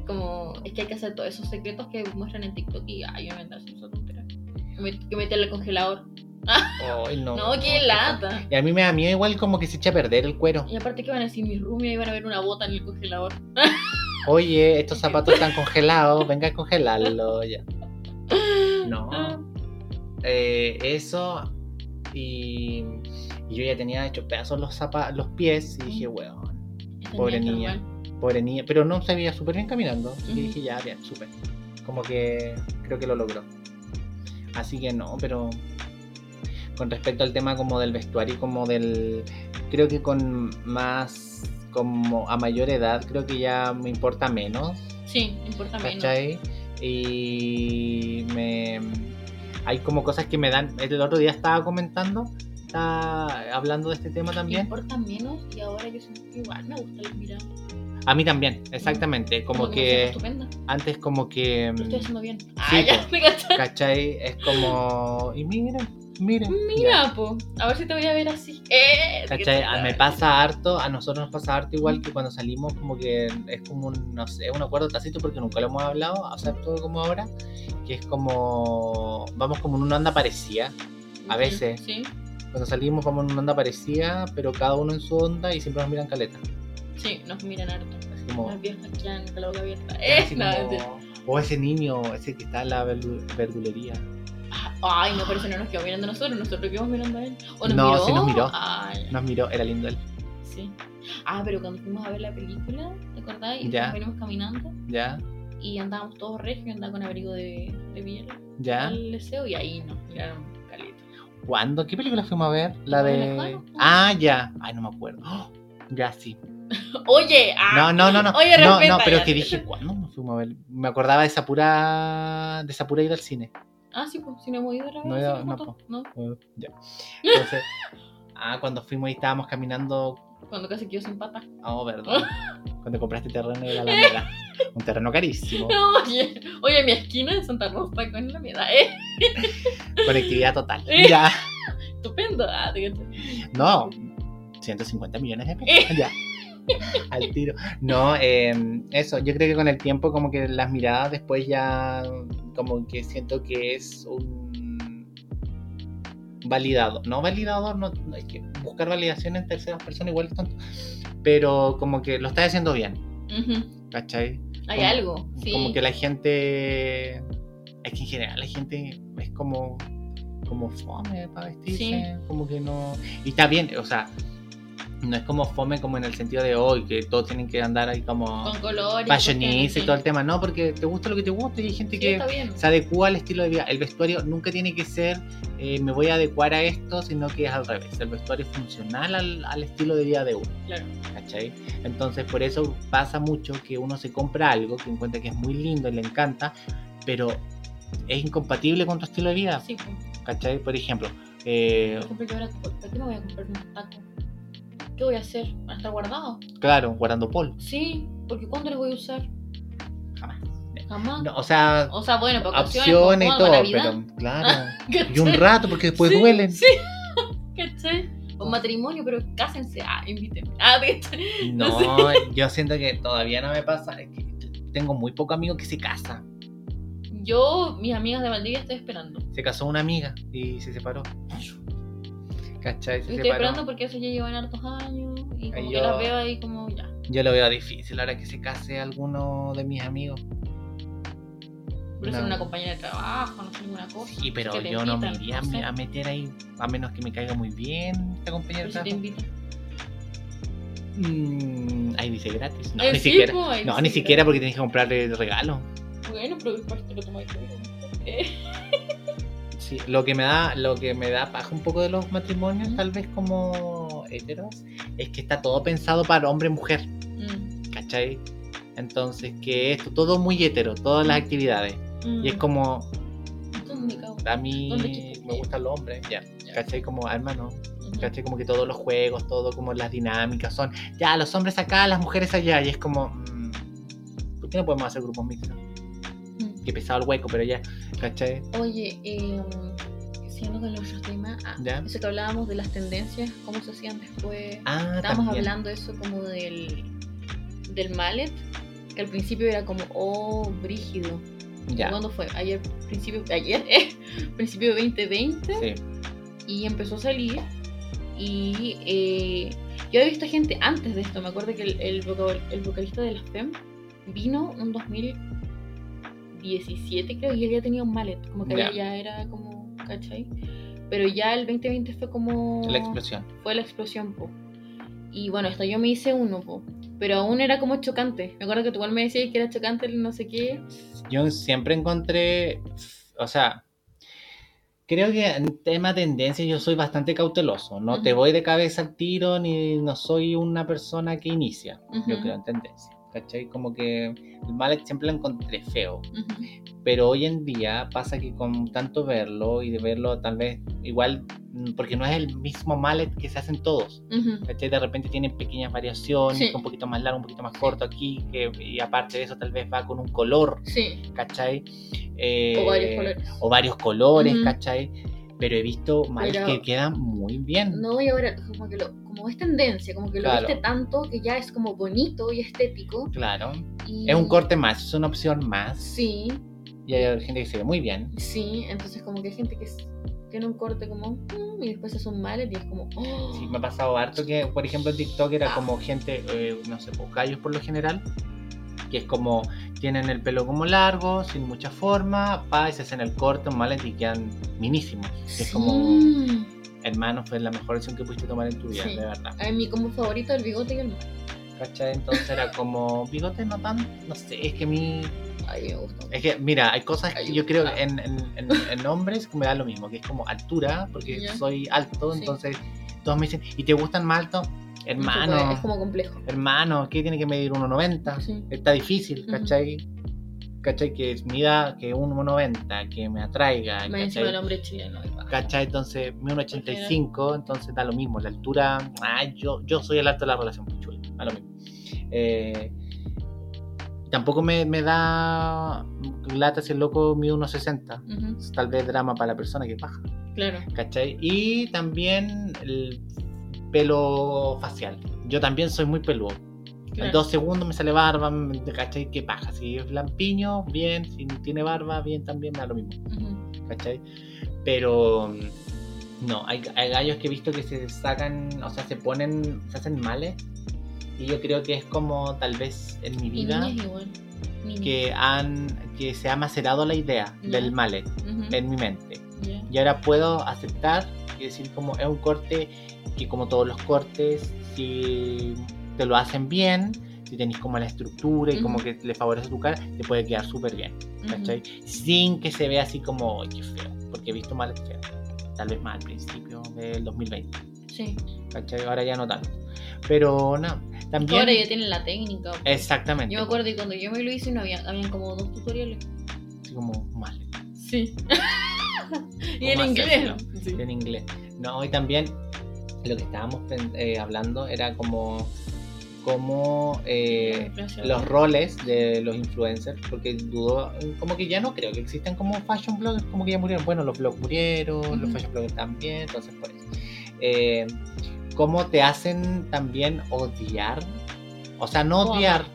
A: Como, es que hay que hacer todos esos secretos que muestran en TikTok y ay, yo me andar sin soltera. Que met- que meterle al congelador.
B: Ay, no.
A: No, qué lata.
B: Y a mí me da miedo igual como que se echa a perder el cuero.
A: Y aparte que van a decir mis rumias y van a ver una bota en el congelador.
B: Oye, estos zapatos están congelados, venga a congelarlo ya. No.
A: Ah,
B: Eh, eso. Y, y yo ya tenía hecho pedazos los zapa- los pies y dije, weón, Pobre
A: Tenía que
B: niña.
A: armar.
B: pobre niña. Pero no se veía súper bien caminando.
A: Ujú.
B: Y dije, ya, bien, súper. Como que creo que lo logró. Así que no, pero con respecto al tema como del vestuario, y como del... Creo que con más, como a mayor edad, creo que ya me importa menos.
A: Sí, no importa menos.
B: ¿cachai? Y me, hay como cosas que me dan, el otro día estaba comentando, estaba hablando de este tema
A: Me
B: también.
A: importa menos y ahora yo siento que igual me gusta las miradas.
B: A mí también, exactamente, como
A: me
B: que
A: siento estupenda.
B: antes como que,
A: Lo estoy haciendo bien. ah,
B: po.
A: ya, me cachai.
B: ¿cachai? Es como, y miren, miren.
A: Mira, po. A ver si te voy a ver así. Eh, te
B: ¿Cachai?
A: cachai.
B: A- Me pasa harto, a nosotros nos pasa harto igual que cuando salimos, como que es como un, no sé, un acuerdo tácito porque nunca lo hemos hablado, excepto como ahora, que es como, vamos como en una onda parecida, a veces.
A: Sí,
B: Cuando salimos vamos en una onda parecida, pero cada uno en su onda y siempre nos miran caleta.
A: sí, nos miran harto.
B: Así como,
A: Las viejas que andan con la boca abierta.
B: así
A: Eh, no,
B: como,
A: mentira.
B: o ese niño, ese que está en la verdu- verdulería.
A: Ah, Ay, no, pero eso no nos quedó mirando a nosotros. Nosotros quedamos mirando a él. ¿O nos
B: No,
A: miró?
B: sí nos miró.
A: Ay,
B: Nos miró, era lindo él.
A: Sí. Ah, pero cuando fuimos a ver la película, ¿te acordás? Y
B: Ya.
A: nos venimos caminando
B: ¿Ya?
A: y andábamos todos regios, andaba con abrigo de, de piel
B: ¿Ya?
A: al deseo y ahí nos miraron caleta.
B: ¿Cuándo? ¿Qué película fuimos a ver? La de...
A: Alejandro.
B: Ah, ya. Ay, no me acuerdo. ¡Oh! Ya, sí.
A: Oye, ah,
B: No, no, no, no.
A: Oye,
B: no,
A: respeta,
B: no, pero
A: ya.
B: que dije, ¿cuándo nos fuimos a ver? Me acordaba de esa pura, de esa pura ir al cine.
A: ah, sí, pues si no hemos ido a la
B: No,
A: vez,
B: no,
A: sí,
B: no,
A: juntos, no,
B: Ya. Entonces, ah, cuando fuimos y estábamos caminando.
A: cuando casi quedó sin patas.
B: Oh, perdón. Cuando compraste terreno de la Alameda. Un terreno carísimo.
A: Oye, oye, mi esquina de Santa Rosa con la mierda, eh,
B: Conectividad total. Ya.
A: estupendo. Ah, te cacho.
B: No. 150 millones de pesos. Ya. Al tiro. No, eh, eso. Yo creo que con el tiempo, como que las miradas después ya. Como que siento que es un. Validador. No validador, no, no, es que buscar validación en terceras personas igual es tanto. Pero como que lo estás haciendo bien,
A: Ujú.
B: ¿cachai?
A: Hay
B: Como-
A: algo, sí.
B: Como que la gente. Es que en general la gente es como. Como fome para vestirse.
A: Sí.
B: Como que no. Y está bien, o sea. No es como fome como en el sentido de hoy, que todos tienen que andar ahí como.
A: con colores.
B: Fashionista y
A: cuestiones,
B: todo el tema. No, porque te gusta lo que te gusta y hay gente
A: Sí,
B: que
A: está bien.
B: se adecua al estilo de vida. El vestuario nunca tiene que ser eh, me voy a adecuar a esto, sino que es al revés. El vestuario es funcional al, al estilo de vida de uno.
A: Claro.
B: ¿cachai? Entonces, por eso pasa mucho que uno se compra algo que encuentra que es muy lindo y le encanta, pero es incompatible con tu estilo de vida,
A: Sí, pues.
B: ¿cachai? Por ejemplo, eh,
A: Por ejemplo, yo ahora, ¿por qué me voy a comprar unos tacos? ¿Qué voy a hacer? ¿Van a estar guardados?
B: claro, guardando polvo,
A: Sí, porque ¿cuándo los voy a usar?
B: jamás.
A: Jamás.
B: No, o sea,
A: O sea, bueno, para ocasiones,
B: opciones y
A: para
B: todo,
A: Navidad.
B: pero claro.
A: ¿Cachai?
B: Y un rato, porque después
A: Sí,
B: duelen.
A: Sí, ¿cachai? O matrimonio, pero cásense. Ah, invítenme. Ah, ¿cachai?
B: No, yo siento que todavía no me pasa. es que Tengo muy pocos amigos que se casan.
A: Yo, mis amigas de Valdivia, estoy esperando.
B: Se casó una amiga y se separó. ¿Cachai? Se
A: Yo estoy
B: separó.
A: esperando porque eso ya llevan hartos años y como
B: Ay,
A: que
B: yo-
A: las veo ahí como ya.
B: Yo lo veo difícil ahora que se case alguno de mis amigos.
A: Pero ser
B: No.
A: una compañera de trabajo, no sé ninguna cosa.
B: Sí, pero
A: que te
B: yo no me
A: invitan,
B: iría a-
A: no sé.
B: a meter ahí, a menos que me caiga muy bien esta compañera
A: Pero
B: de
A: si te
B: trabajo.
A: invitan.
B: Mm, ahí dice gratis. No,
A: Eh,
B: ni
A: sí,
B: siquiera.
A: po, ahí
B: No,
A: sí,
B: ni
A: po.
B: siquiera porque tienes que comprarle regalo.
A: Bueno, pero parte lo tomáis tú. Eh,
B: Sí, lo que me da, lo que me da paja un poco de los matrimonios, tal vez como heteros, es que está todo pensado para hombre y mujer,
A: mm,
B: ¿cachai? Entonces que esto todo muy hetero, todas las actividades.
A: mm.
B: Y es como,
A: ¿Dónde cago?
B: a mí
A: ¿Dónde quieres?
B: me gustan los hombres, ya. ¿Cachai? Como "Ah, hermano,
A: Ujú.
B: ¿cachai? Como que todos los juegos, todo como las dinámicas son, ya, los hombres acá, las mujeres allá. Y es como, mm, ¿por qué no podemos hacer grupos mixtos?
A: Mm.
B: Que pesado el hueco, pero ya, ¿cachai?
A: Oye, eh, siguiendo con nuestro tema, ah,
B: Ya.
A: eso que hablábamos de las tendencias, cómo se hacían después.
B: Ah,
A: Estábamos
B: también.
A: hablando eso como del, del mallet, que al principio era como, oh, brígido.
B: Ya.
A: ¿Cuándo fue? Ayer, principio, ayer, eh, principio 2020,
B: Sí.
A: y empezó a salir. Y eh, yo había visto gente antes de esto. Me acuerdo que el, el vocal- el vocalista de las FEM vino en 2017, creo, y él ya tenía un mallet. Como que
B: Ya.
A: ya, era como, ¿cachai? Pero ya el 2020 fue como
B: La explosión.
A: fue la explosión, po. Y bueno, hasta yo me hice uno, po. Pero aún era como chocante. Me acuerdo que tú igual me decías que era chocante el no sé qué.
B: Yo siempre encontré, o sea, creo que en tema tendencia yo soy bastante cauteloso, no te
A: Ujú.
B: voy de cabeza al tiro ni no soy una persona que inicia, yo
A: Ujú.
B: creo en tendencia, ¿cachai? Como que el mal siempre lo encontré feo,
A: Ujú.
B: pero hoy en día pasa que con tanto verlo y de verlo tal vez igual, mm, porque no es el mismo mallet que se hacen todos.
A: Ujú.
B: ¿cachai? De repente tienen pequeñas variaciones,
A: Sí.
B: un poquito más largo, un poquito más corto aquí, que, y aparte de eso tal vez va con un color,
A: Sí,
B: ¿cachai? Eh,
A: o varios colores.
B: O varios colores,
A: Ujú.
B: ¿cachai? Pero he visto males
A: Pero-
B: que quedan muy bien.
A: No, y ahora como que lo, como es tendencia, como que lo
B: Claro.
A: viste tanto que ya es como bonito y estético.
B: Claro.
A: y-
B: Es un corte más, es una opción más.
A: Sí,
B: Y hay gente que se ve muy bien.
A: sí. Entonces como que hay gente que es- tiene un corte como mm, y después hace un mallet y es como oh,
B: Sí, me ha pasado harto que, por ejemplo, en TikTok era como gente, eh, no sé, pues, gallos por lo general, que es como, tienen el pelo como largo, sin mucha forma, pa, y se hacen el corte, un mallet y quedan minísimos. Y Es
A: sí.
B: como, hermano, fue la mejor decisión que pudiste tomar en tu vida,
A: Sí.
B: de verdad.
A: A mí como favorito el bigote y el mallet.
B: ¿Cachai? Entonces era como, bigote no tan, no sé, es que a mí
A: Ay, me gusta.
B: Es que, mira, hay cosas que
A: Ay,
B: yo creo
A: ah.
B: que en, en, en, en hombres me da lo mismo, que es como altura, porque
A: Ya.
B: soy alto,
A: Sí.
B: entonces todos me dicen, ¿y te gustan más
A: No
B: altos?
A: se puede, Es
B: Hermano,
A: como complejo.
B: hermano, ¿qué tiene que medir 1,90?
A: Sí.
B: Está difícil,
A: Ujú.
B: ¿cachai? ¿Cachai? Que mida que 1,90, que me atraiga,
A: Más encima del
B: ¿cachai?
A: hombre chileno. ahí va.
B: ¿Cachai? Entonces, mi 1,85, entonces da lo mismo. La altura, ah, yo, yo soy el alto de la relación, pichula, da lo mismo. Eh, tampoco me, me da lata si el loco mide 1,60.
A: Ujú,
B: Es Tal vez drama para la persona que baja,
A: Claro.
B: ¿cachai? Y también el pelo facial. Yo también soy muy peludo. En
A: claro.
B: dos segundos me sale barba, me- ¿cachai? ¿Qué paja? Si es lampiño, bien. Si no tiene barba, bien también, me da lo mismo.
A: Ujú.
B: ¿cachai? Pero mm, no, hay, hay gallos que he visto que se sacan, o sea, se ponen, se hacen males. Y yo creo que es como tal vez en mi
A: Y
B: vida
A: niñas igual. Niñas.
B: que han que se ha macerado la idea
A: Ya.
B: del male
A: Ujú,
B: en mi mente.
A: ya.
B: Y ahora puedo aceptar y decir como es un corte que como todos los cortes, si te lo hacen bien, si tenés como la estructura y como
A: Ujú.
B: que le favorece tu cara, te puede quedar súper bien.
A: Ujú.
B: ¿cachai? Sin que se vea así como, "Ay, qué feo, porque he visto mal es feo. Tal vez más al principio del 2020,
A: Sí.
B: ¿cachai? Ahora ya no tanto. Pero no, también...
A: Ahora ya tienen la técnica. po.
B: Exactamente.
A: Yo me acuerdo que cuando yo me lo hice no había, habían como dos tutoriales.
B: Así como mal,
A: Sí. y en
B: ¿Cómo
A: inglés.
B: hacerlo?
A: Sí.
B: en inglés. No, y también lo que estábamos pen- eh, hablando era como... como eh, los roles de los influencers, porque dudo, como que ya no creo que existan como fashion bloggers, como que ya murieron. Bueno, los blogs murieron, los
A: Ujú.
B: fashion bloggers también, entonces por eso. Eh, ¿Cómo te hacen también odiar? O sea, no
A: O
B: odiar,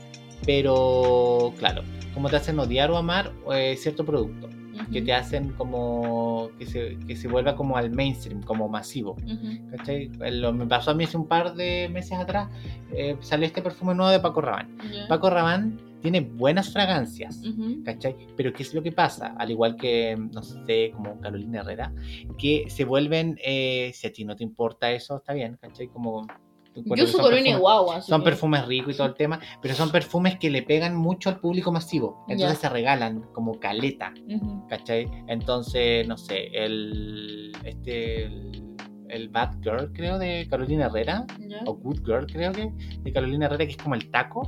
B: pero claro, ¿cómo te hacen odiar o amar eh, cierto producto?
A: Ujú,
B: Que te hacen como que se, que se vuelva como al mainstream, como masivo.
A: ujú.
B: ¿cachai? Lo- me pasó a mí hace un par de meses atrás, eh, salió este perfume nuevo de Paco Rabanne.
A: Ya.
B: Paco Rabanne tiene buenas fragancias.
A: Ujú.
B: ¿Cachai? Pero ¿qué es lo que pasa? Al igual que, no sé, como Carolina Herrera, que se vuelven, eh, si a ti no te importa eso, está bien, ¿cachai? Como...
A: Yo uso
B: soy
A: colonia guagua. así
B: son
A: que-
B: perfumes ricos y todo el tema, pero son perfumes que le pegan mucho al público masivo. Entonces
A: Ya.
B: se regalan como caleta,
A: Ujú.
B: ¿cachai? Entonces, no sé, el. Este. El, el Bad Girl, creo, de Carolina Herrera,
A: Ya.
B: o Good Girl, creo que, de Carolina Herrera, que es como el taco,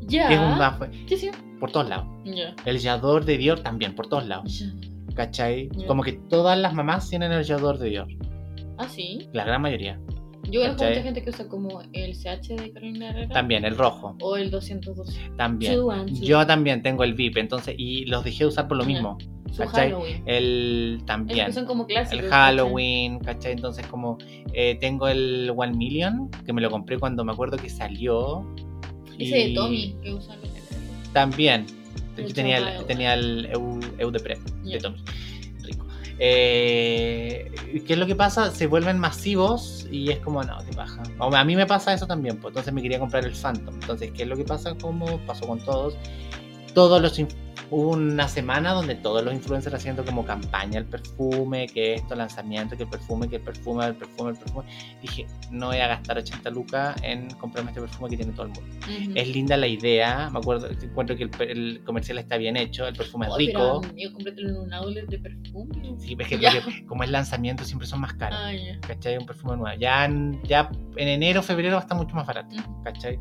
A: Ya.
B: que es un bafo-
A: Sí, sí.
B: por todos lados.
A: Ya.
B: El Yador de Dior también, por todos lados,
A: Ya.
B: ¿cachai?
A: Ya.
B: Como que todas las mamás tienen el Yador de Dior,
A: Ah, sí.
B: la gran mayoría.
A: Yo conozco
B: ¿Cachai?
A: mucha gente que usa como el CH de Carolina Herrera.
B: También, el rojo,
A: O el 212.
B: también.
A: Two and two.
B: Yo también tengo el VIP, entonces, y los dejé de usar por lo
A: Ya.
B: mismo.
A: Su
B: ¿cachai?
A: Halloween.
B: el
A: Esos
B: también
A: que son como clásicos.
B: el
A: ¿cachai?
B: Halloween, ¿cachai? Entonces como eh, tengo el One Million, que me lo compré cuando me acuerdo que salió.
A: Ese de Tommy que usan los de
B: También.
A: Mucho
B: Yo tenía
A: más,
B: el,
A: bueno.
B: tenía el EU, EU de Pre, de Tommy. Rico. Eh, ¿Qué es lo que pasa? Se vuelven masivos y es como, no, te baja. O A mí me pasa eso también, pues entonces me quería comprar el Phantom. Entonces, ¿qué es lo que pasa? Como pasó con todos. Todos los inf- hubo una semana donde todos los influencers haciendo como campaña el perfume, que esto, lanzamiento, que el perfume, que el perfume, el perfume, el perfume. Dije, no voy a gastar 80 lucas en comprarme este perfume que tiene todo el mundo. Es linda la idea, me acuerdo, encuentro que el, per- el comercial está bien hecho, el perfume
A: Oh,
B: es rico.
A: Yo compré en un outlet de perfume.
B: Sí, es que
A: Ya.
B: creo que como es lanzamiento siempre son más caros.
A: Ah, ya.
B: ¿Cachai? Un perfume nuevo. Ya en, ya en enero, febrero va a estar mucho más barato. ¿Cachai?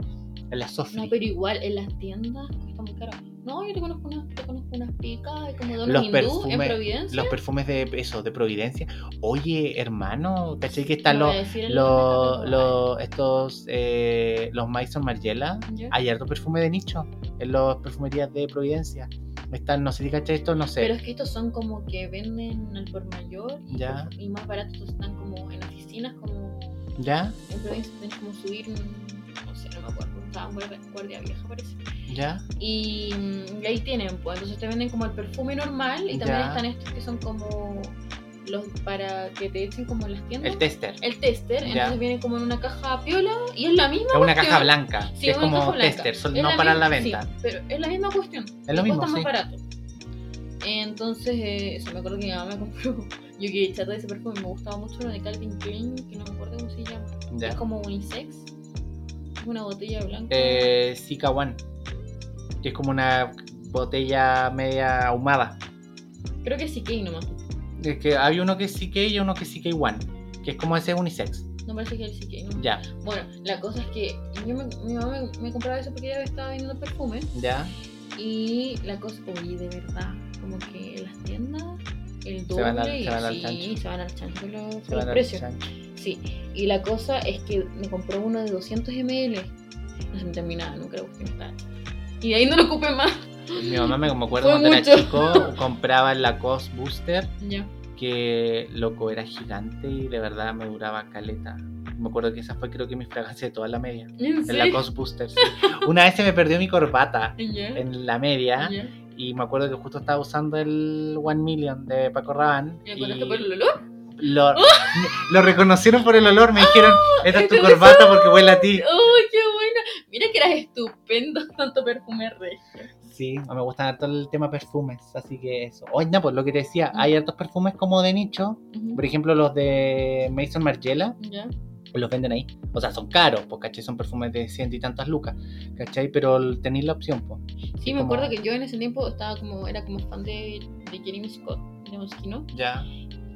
B: En la Sofri.
A: Mm. No, pero igual en las tiendas cuesta muy caro. No, yo te conozco unas, te conozco unas picas y como de
B: Los
A: unos hindú en
B: perfumes-
A: Providencia.
B: Los perfumes de eso, de Providencia. Oye, hermano, ¿cachai? Que están
A: No
B: los,
A: voy a decir el
B: los,
A: nombre, pero-
B: los- estos, eh, los Maison Margiela.
A: Ya.
B: Hay harto perfume de nicho en las perfumerías de Providencia. Están, no sé si cachai esto, no sé.
A: Pero es que estos son como que venden al por mayor y,
B: Ya.
A: y más baratos están como en oficinas, como
B: ¿Ya?
A: en Providencia tenés como subir, un- no sé, no me acuerdo, estaba en guardia, guardia vieja parece.
B: ¿Ya?
A: Y, mm, y ahí tienen, pues entonces te venden como el perfume normal y también
B: Ya.
A: están estos que son como los para que te echen como en las tiendas.
B: El tester.
A: el tester,
B: Ya.
A: entonces viene como en una caja piola y es la misma.
B: Es una
A: cuestión.
B: caja blanca.
A: Sí,
B: que es
A: una
B: como
A: caja blanca.
B: tester, son-
A: Es
B: no para
A: misma-
B: la venta.
A: sí, pero es la misma cuestión.
B: Es lo mismo,
A: Cuesta más
B: sí.
A: barato. Entonces, eh, eso, me acuerdo que mi mamá me compró. Yo que chata de ese perfume, me gustaba mucho lo de Calvin Klein, que no me acuerdo cómo se llama.
B: Ya.
A: Es como unisex. Es una botella blanca.
B: eh, Sika One, que es como una botella media ahumada.
A: Creo que sí que nomás.
B: Es que hay uno que es CK y uno que es CK One, que es como ese unisex.
A: No parece que el sí que nomás.
B: Ya,
A: Bueno, la cosa es que yo me- mi mamá me, me compraba eso porque ella estaba vendiendo perfume.
B: ya.
A: Y la cosa, oye, de verdad, como que en las tiendas, el
B: Se van al-
A: doble y
B: se van al
A: sí,
B: chancho.
A: se van al chancho los,
B: Se
A: los
B: van a-
A: precios. Sí, y la cosa es que me compró uno de 200 ml. No se me terminaba, nunca lo gusté nada. Y de ahí no lo ocupé más.
B: Mi mamá me, me acuerdo
A: Fue
B: cuando
A: mucho.
B: era chico, compraba la Cost Booster,
A: Ya.
B: que loco era gigante y de verdad me duraba caleta. Me acuerdo que esa fue creo que mi fragancia de toda la media.
A: ¿En
B: En la
A: serio?
B: Cost Booster. sí. Una vez se me perdió mi corbata
A: Ya.
B: en la media.
A: Ya.
B: y me acuerdo que justo estaba usando el One Million de Paco Rabanne
A: ¿Me
B: y
A: acordaste por el olor?
B: lo, lo reconocieron por el olor, me dijeron, esta es tu
A: entonces-
B: corbata porque huele a ti.
A: ¡Uy, qué buena! Mira que eras estupendo, tanto perfume re.
B: Sí, me gusta harto el tema perfumes, así que eso. Oye, no, pues lo que te decía, hay hartos perfumes como de nicho,
A: Ujú.
B: por ejemplo los de Mason Margiela,
A: Ya.
B: pues los venden ahí. O sea, son caros, pues, ¿cachai? Son perfumes de ciento y tantas lucas, ¿cachai? Pero tenéis la opción, pues.
A: Sí,
B: Es
A: me
B: como-
A: acuerdo que yo en ese tiempo estaba como, era como fan de, de Jeremy Scott, de Moschino.
B: Ya,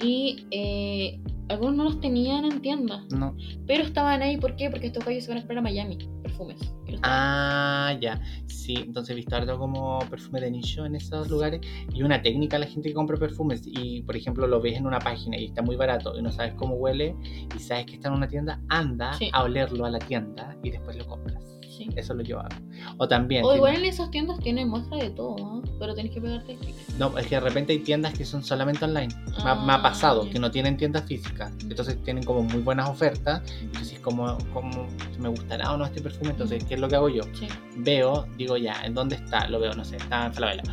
A: Y eh, algunos no los tenían en tienda.
B: no.
A: Pero estaban ahí, ¿por qué? Porque estos gallos se van a esperar a Miami, perfumes. Y los-
B: Ah, ya. Sí, entonces he visto harto como perfume de nicho en esos lugares. Y una técnica a la gente que compra perfumes. Y por ejemplo, lo ves en una página y está muy barato y no sabes cómo huele y sabes que está en una tienda, anda
A: Sí.
B: a olerlo a la tienda y después lo compras.
A: Sí.
B: Eso lo yo hago. O también.
A: O
B: si-
A: igual en esas tiendas tienen muestra de todo, ¿no? Pero tenés que pegarte el clic.
B: No, es que de repente hay tiendas que son solamente online. Me ha- me
A: Ah,
B: ha pasado
A: ya.
B: que no tienen tiendas físicas. Entonces tienen como muy buenas ofertas. Entonces, como, como me gustará o no este perfume, entonces, ¿qué es lo que hago yo?
A: Sí.
B: veo, digo ya, ¿en dónde está? Lo veo, no sé, está en Falabella.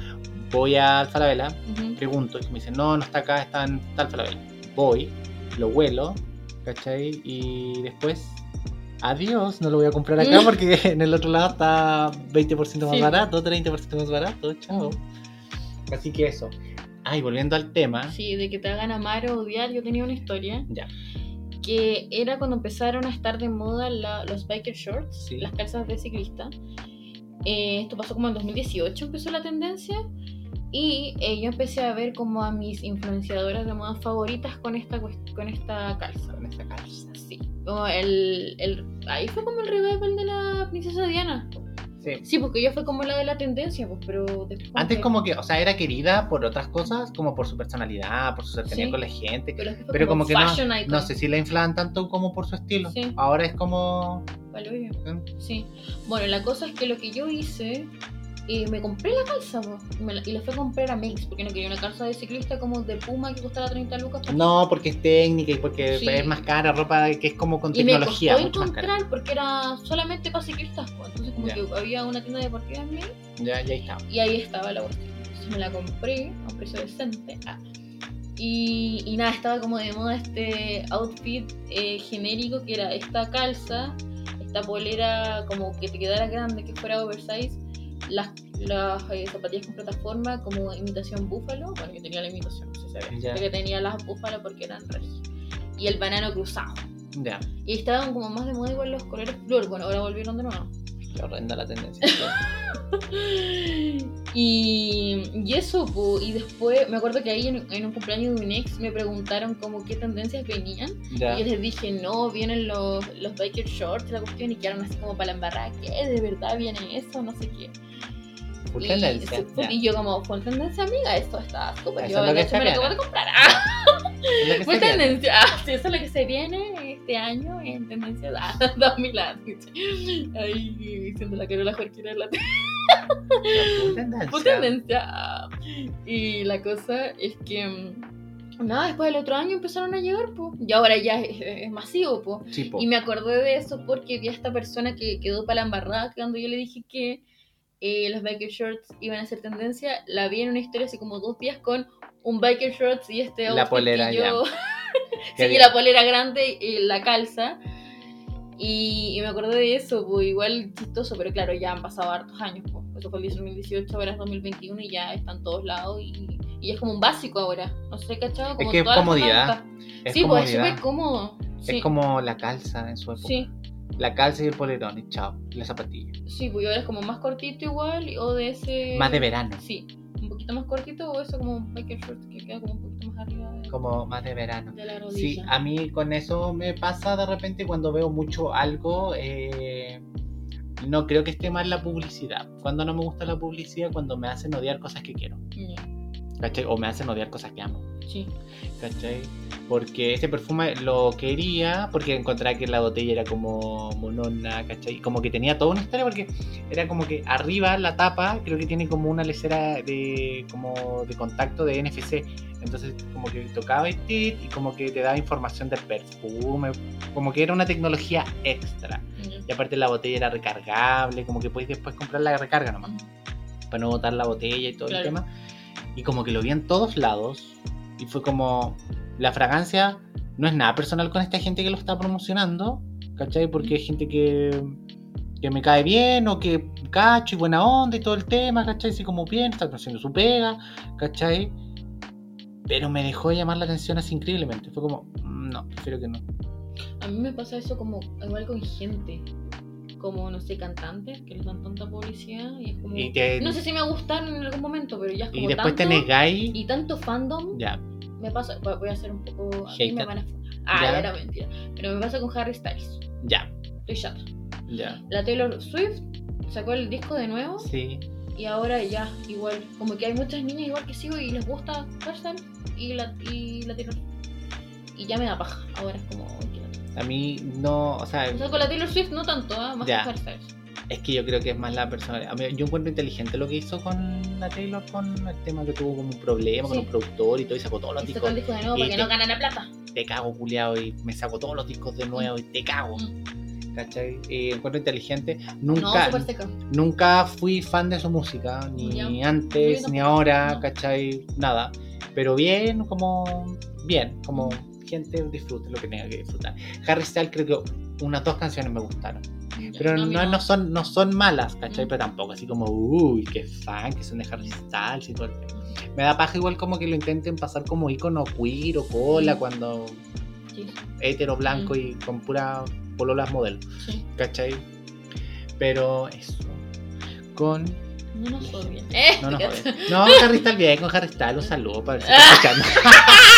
B: Voy al Falabella,
A: Ujú.
B: pregunto, y me dicen, no, no está acá, está en tal Falabella. Voy, lo huelo, ¿cachai? Y después Adiós, no lo voy a comprar acá porque en el otro lado está 20% más
A: Mm. Sí. Mm.
B: barato, 30% más barato, chao. Así que eso. Ay, volviendo al tema.
A: Sí, de que te hagan amar o odiar. Yo tenía una historia
B: ¿Ah? Ya.
A: que era cuando empezaron a estar de moda la- los biker shorts,
B: Sí.
A: las calzas de ciclista. Eh, esto pasó como en 2018, empezó la tendencia. Y eh, yo empecé a ver como a mis influenciadoras de moda favoritas con esta, cuest- con esta calza.
B: Con esta calza.
A: Sí, como el, el- ahí fue como el revival de la princesa Diana.
B: Sí.
A: Sí, porque ella fue como la de la tendencia, pues, pero después como
B: Antes
A: que-
B: como que, o sea, era querida por otras cosas, como por su personalidad, por su cercanía
A: Sí.
B: con la gente.
A: Pero, es que fue
B: Pero como, que no,
A: fashion icon.
B: no sé si la inflaban tanto como por su estilo.
A: Sí.
B: Ahora es como...
A: Palo yo.
B: ¿Mm?
A: Sí. Bueno, la cosa es que lo que yo hice, eh, me compré la calza, po, y me la- y la fui a comprar a Mix, porque no quería una calza de ciclista como de Puma que costaba 30 lucas. porque-
B: No, porque es técnica y porque
A: Sí.
B: es más cara, ropa que es como con
A: y me
B: tecnología,
A: costó
B: mucho más cara.
A: encontrar porque era solamente para ciclistas, po, entonces como
B: Ya.
A: que había una tienda deportiva en Mix.
B: Ya, ya está.
A: Y ahí estaba la cuestión. Entonces me la compré a un precio decente. ah. Y, y nada, estaba como de moda este outfit eh, genérico que era esta calza, esta polera como que te quedara grande, que fuera oversize, las, las eh, zapatillas con plataforma como imitación búfalo. Bueno, yo tenía la imitación, no sé si sabía.
B: Ya.
A: Creo que tenía las búfalo porque eran regias. Y el banano cruzado.
B: Ya.
A: Y ahí estaban como más de moda igual los colores flor. Bueno, ahora volvieron de nuevo.
B: Qué horrenda la tendencia.
A: Y, y eso, po, y después me acuerdo que ahí en, en un cumpleaños de un ex me preguntaron como qué tendencias venían. Y
B: ya.
A: yo les dije, no, vienen los, los biker shorts, la cuestión, y quedaron así como para la embarrada, ¿qué? ¿De verdad viene eso? No sé qué.
B: Full
A: Y,
B: tendencia.
A: se-
B: ya.
A: y yo como, fue tendencia, amiga, esto está súper.
B: Eso
A: Yo
B: es lo que
A: de hecho
B: se
A: me lo acabo
B: viene.
A: de comprar.
B: Es lo que
A: Fue
B: se viene.
A: tendencia. Ah, sí, eso es lo que se viene este año en tendencia ah, 2000 años. Ahí diciendo la carola cualquiera de la
B: Full tendencia.
A: Fue tendencia. Y la cosa es que. mm, Nada, después del otro año empezaron a llegar, po. Y ahora ya es, es masivo, po.
B: Sí, po.
A: Y me acordé de eso porque vi a esta persona que quedó para la embarrada cuando yo le dije que eh, los biker shorts iban a ser tendencia. La vi en una historia hace como dos días con un biker shorts y este
B: La
A: outfit que
B: polera, ya.
A: yo-
B: Qué
A: Sí,
B: bien.
A: la polera grande y la calza. Y, y me acordé de eso, pues igual chistoso, pero claro, ya han pasado hartos años. Pues. Eso fue el 2018, ahora es 2021 y ya está en todos lados. Y, y es como un básico ahora. No sé, cachado. Como
B: que es
A: todas las
B: comodidad,
A: zapatas.
B: Es
A: sí, pues es
B: comodidad.
A: súper cómodo. Sí,
B: Es como la calza en su época.
A: sí,
B: La calza y el polerón, y chao. y La zapatilla.
A: sí, pues y ahora es como más cortito igual o de ese.
B: Más de verano.
A: Sí, un poquito más cortito o eso como un biker short que queda como un poquito más arriba de,
B: Como más de verano.
A: de la rodilla.
B: Sí, a mí con eso me pasa de repente cuando veo mucho algo. eh, no creo que esté mal la publicidad. Cuando no me gusta la publicidad, cuando me hacen odiar cosas que quiero.
A: Ya,
B: ¿Cachai? O me hacen odiar cosas que amo.
A: Mm, Sí,
B: ¿Cachai? Porque este perfume lo quería porque encontraba que la botella era como monona, ¿cachai? Como que tenía toda una historia porque era como que arriba la tapa creo que tiene como una lecera de, como de contacto de NFC. Entonces como que tocaba y, tit, y como que te daba información del perfume. Como que era una tecnología extra.
A: ya.
B: Y aparte la botella era recargable, como que podéis después comprar la recarga nomás para no botar la botella y todo el
A: Claro.
B: tema. Y como que lo vi en todos lados. Y fue como, la fragancia no es nada personal con esta gente que lo está promocionando, ¿cachai? Porque hay gente que, que me cae bien o que cacho y buena onda y todo el tema, ¿cachai? Así como bien, está haciendo su pega, ¿cachai? Pero me dejó llamar la atención así increíblemente. Fue como, "Mm, no, prefiero que no.
A: A mí me pasa eso como igual con gente, como no sé, cantantes que les dan tanta publicidad y es como
B: Y, te-
A: no sé si me gustaron en algún momento, pero ya es
B: y
A: como
B: después
A: tanto,
B: te negáis.
A: y tanto fandom
B: Ya,
A: me pasa, voy voy a hacer un poco a mí
B: Hater.
A: me van a Ah,
B: Ya.
A: era mentira, pero me pasa con Harry Styles.
B: ya,
A: Estoy chata.
B: ya.
A: La Taylor Swift sacó el disco de nuevo
B: Sí,
A: y ahora ya igual, como que hay muchas niñas igual que sigo y les gusta Harry Styles y la y la Taylor y ya me da paja. Ahora es como "Ay, qué lata".
B: a mí no, o sea,
A: o sea, con la Taylor Swift no tanto, ¿ah? más
B: Ya.
A: que Harry Styles.
B: Es que yo creo que es más la personalidad. A mí- Yo encuentro inteligente lo que hizo con la Taylor, con el tema que tuvo como un problema con
A: Sí.
B: un productor y todo, y sacó todos los
A: Y sacó
B: discos.
A: el disco de nuevo
B: Y
A: para que
B: te-
A: no ganara plata.
B: Te cago, culiado, y me sacó todos los discos de nuevo, y te cago. ¿Cachai? Y encuentro inteligente.
A: Mm. No,
B: Nunca,
A: súper seca.
B: nunca fui fan de su música, ni
A: Ya.
B: antes,
A: Yo
B: ni
A: tampoco,
B: ahora,
A: no.
B: ¿cachai? Nada. Pero bien, como. Bien, como gente disfrute lo que tenga que disfrutar. Harry Styles creo que unas dos canciones me gustaron.
A: Ya,
B: Pero
A: a mí
B: no, no son, no son malas, ¿cachai?
A: Mm.
B: Pero tampoco así como, uy, qué fan, que son de Harry Styles y todo el tema.
A: Mm.
B: Me da paja igual como que lo intenten pasar como icono queer o cola
A: Mm.
B: cuando
A: Sí,
B: hétero blanco y con pura pololas modelo,
A: sí.
B: ¿cachai? Pero eso. Con.
A: No nos odien. Eh,
B: No, no,
A: te
B: joder. no Harry Styles bien, con Harry Styles, un saludo para
A: Ah.
B: si está escuchando.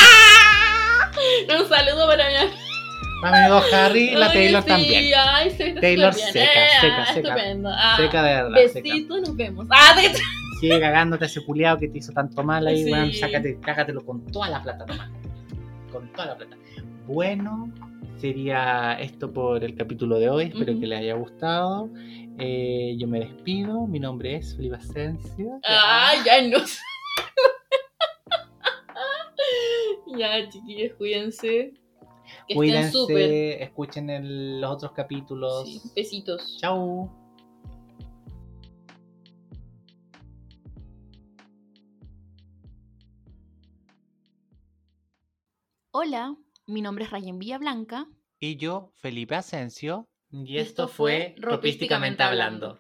A: Un saludo para mi
B: Mi amigo Harry, la
A: Ay,
B: Taylor
A: sí,
B: también.
A: Ay, sí, está
B: Taylor
A: súper bien.
B: seca,
A: Eh,
B: seca, seca.
A: Estupendo. Ah,
B: Seca de verdad, seca.
A: Besito, nos vemos. Ah, de...
B: Sigue cagándote a ese culiado que te hizo tanto mal ahí,
A: Sí.
B: weón. Sácate, cágatelo con toda la plata nomás. Con toda la plata. Bueno, sería esto por el capítulo de hoy. Espero
A: Ujú.
B: que les haya gustado. Eh, yo me despido. Mi nombre es Felipe Asensio.
A: Ah, ya no. ya, chiquillos, cuídense. Que estén súper.
B: Cuídense, escuchen el- los otros capítulos.
A: Sí, besitos.
B: Chau.
A: Hola, mi nombre es Rayen Villablanca.
B: Y yo, Felipe Asensio. Y
A: esto fue Ropísticamente Hablando.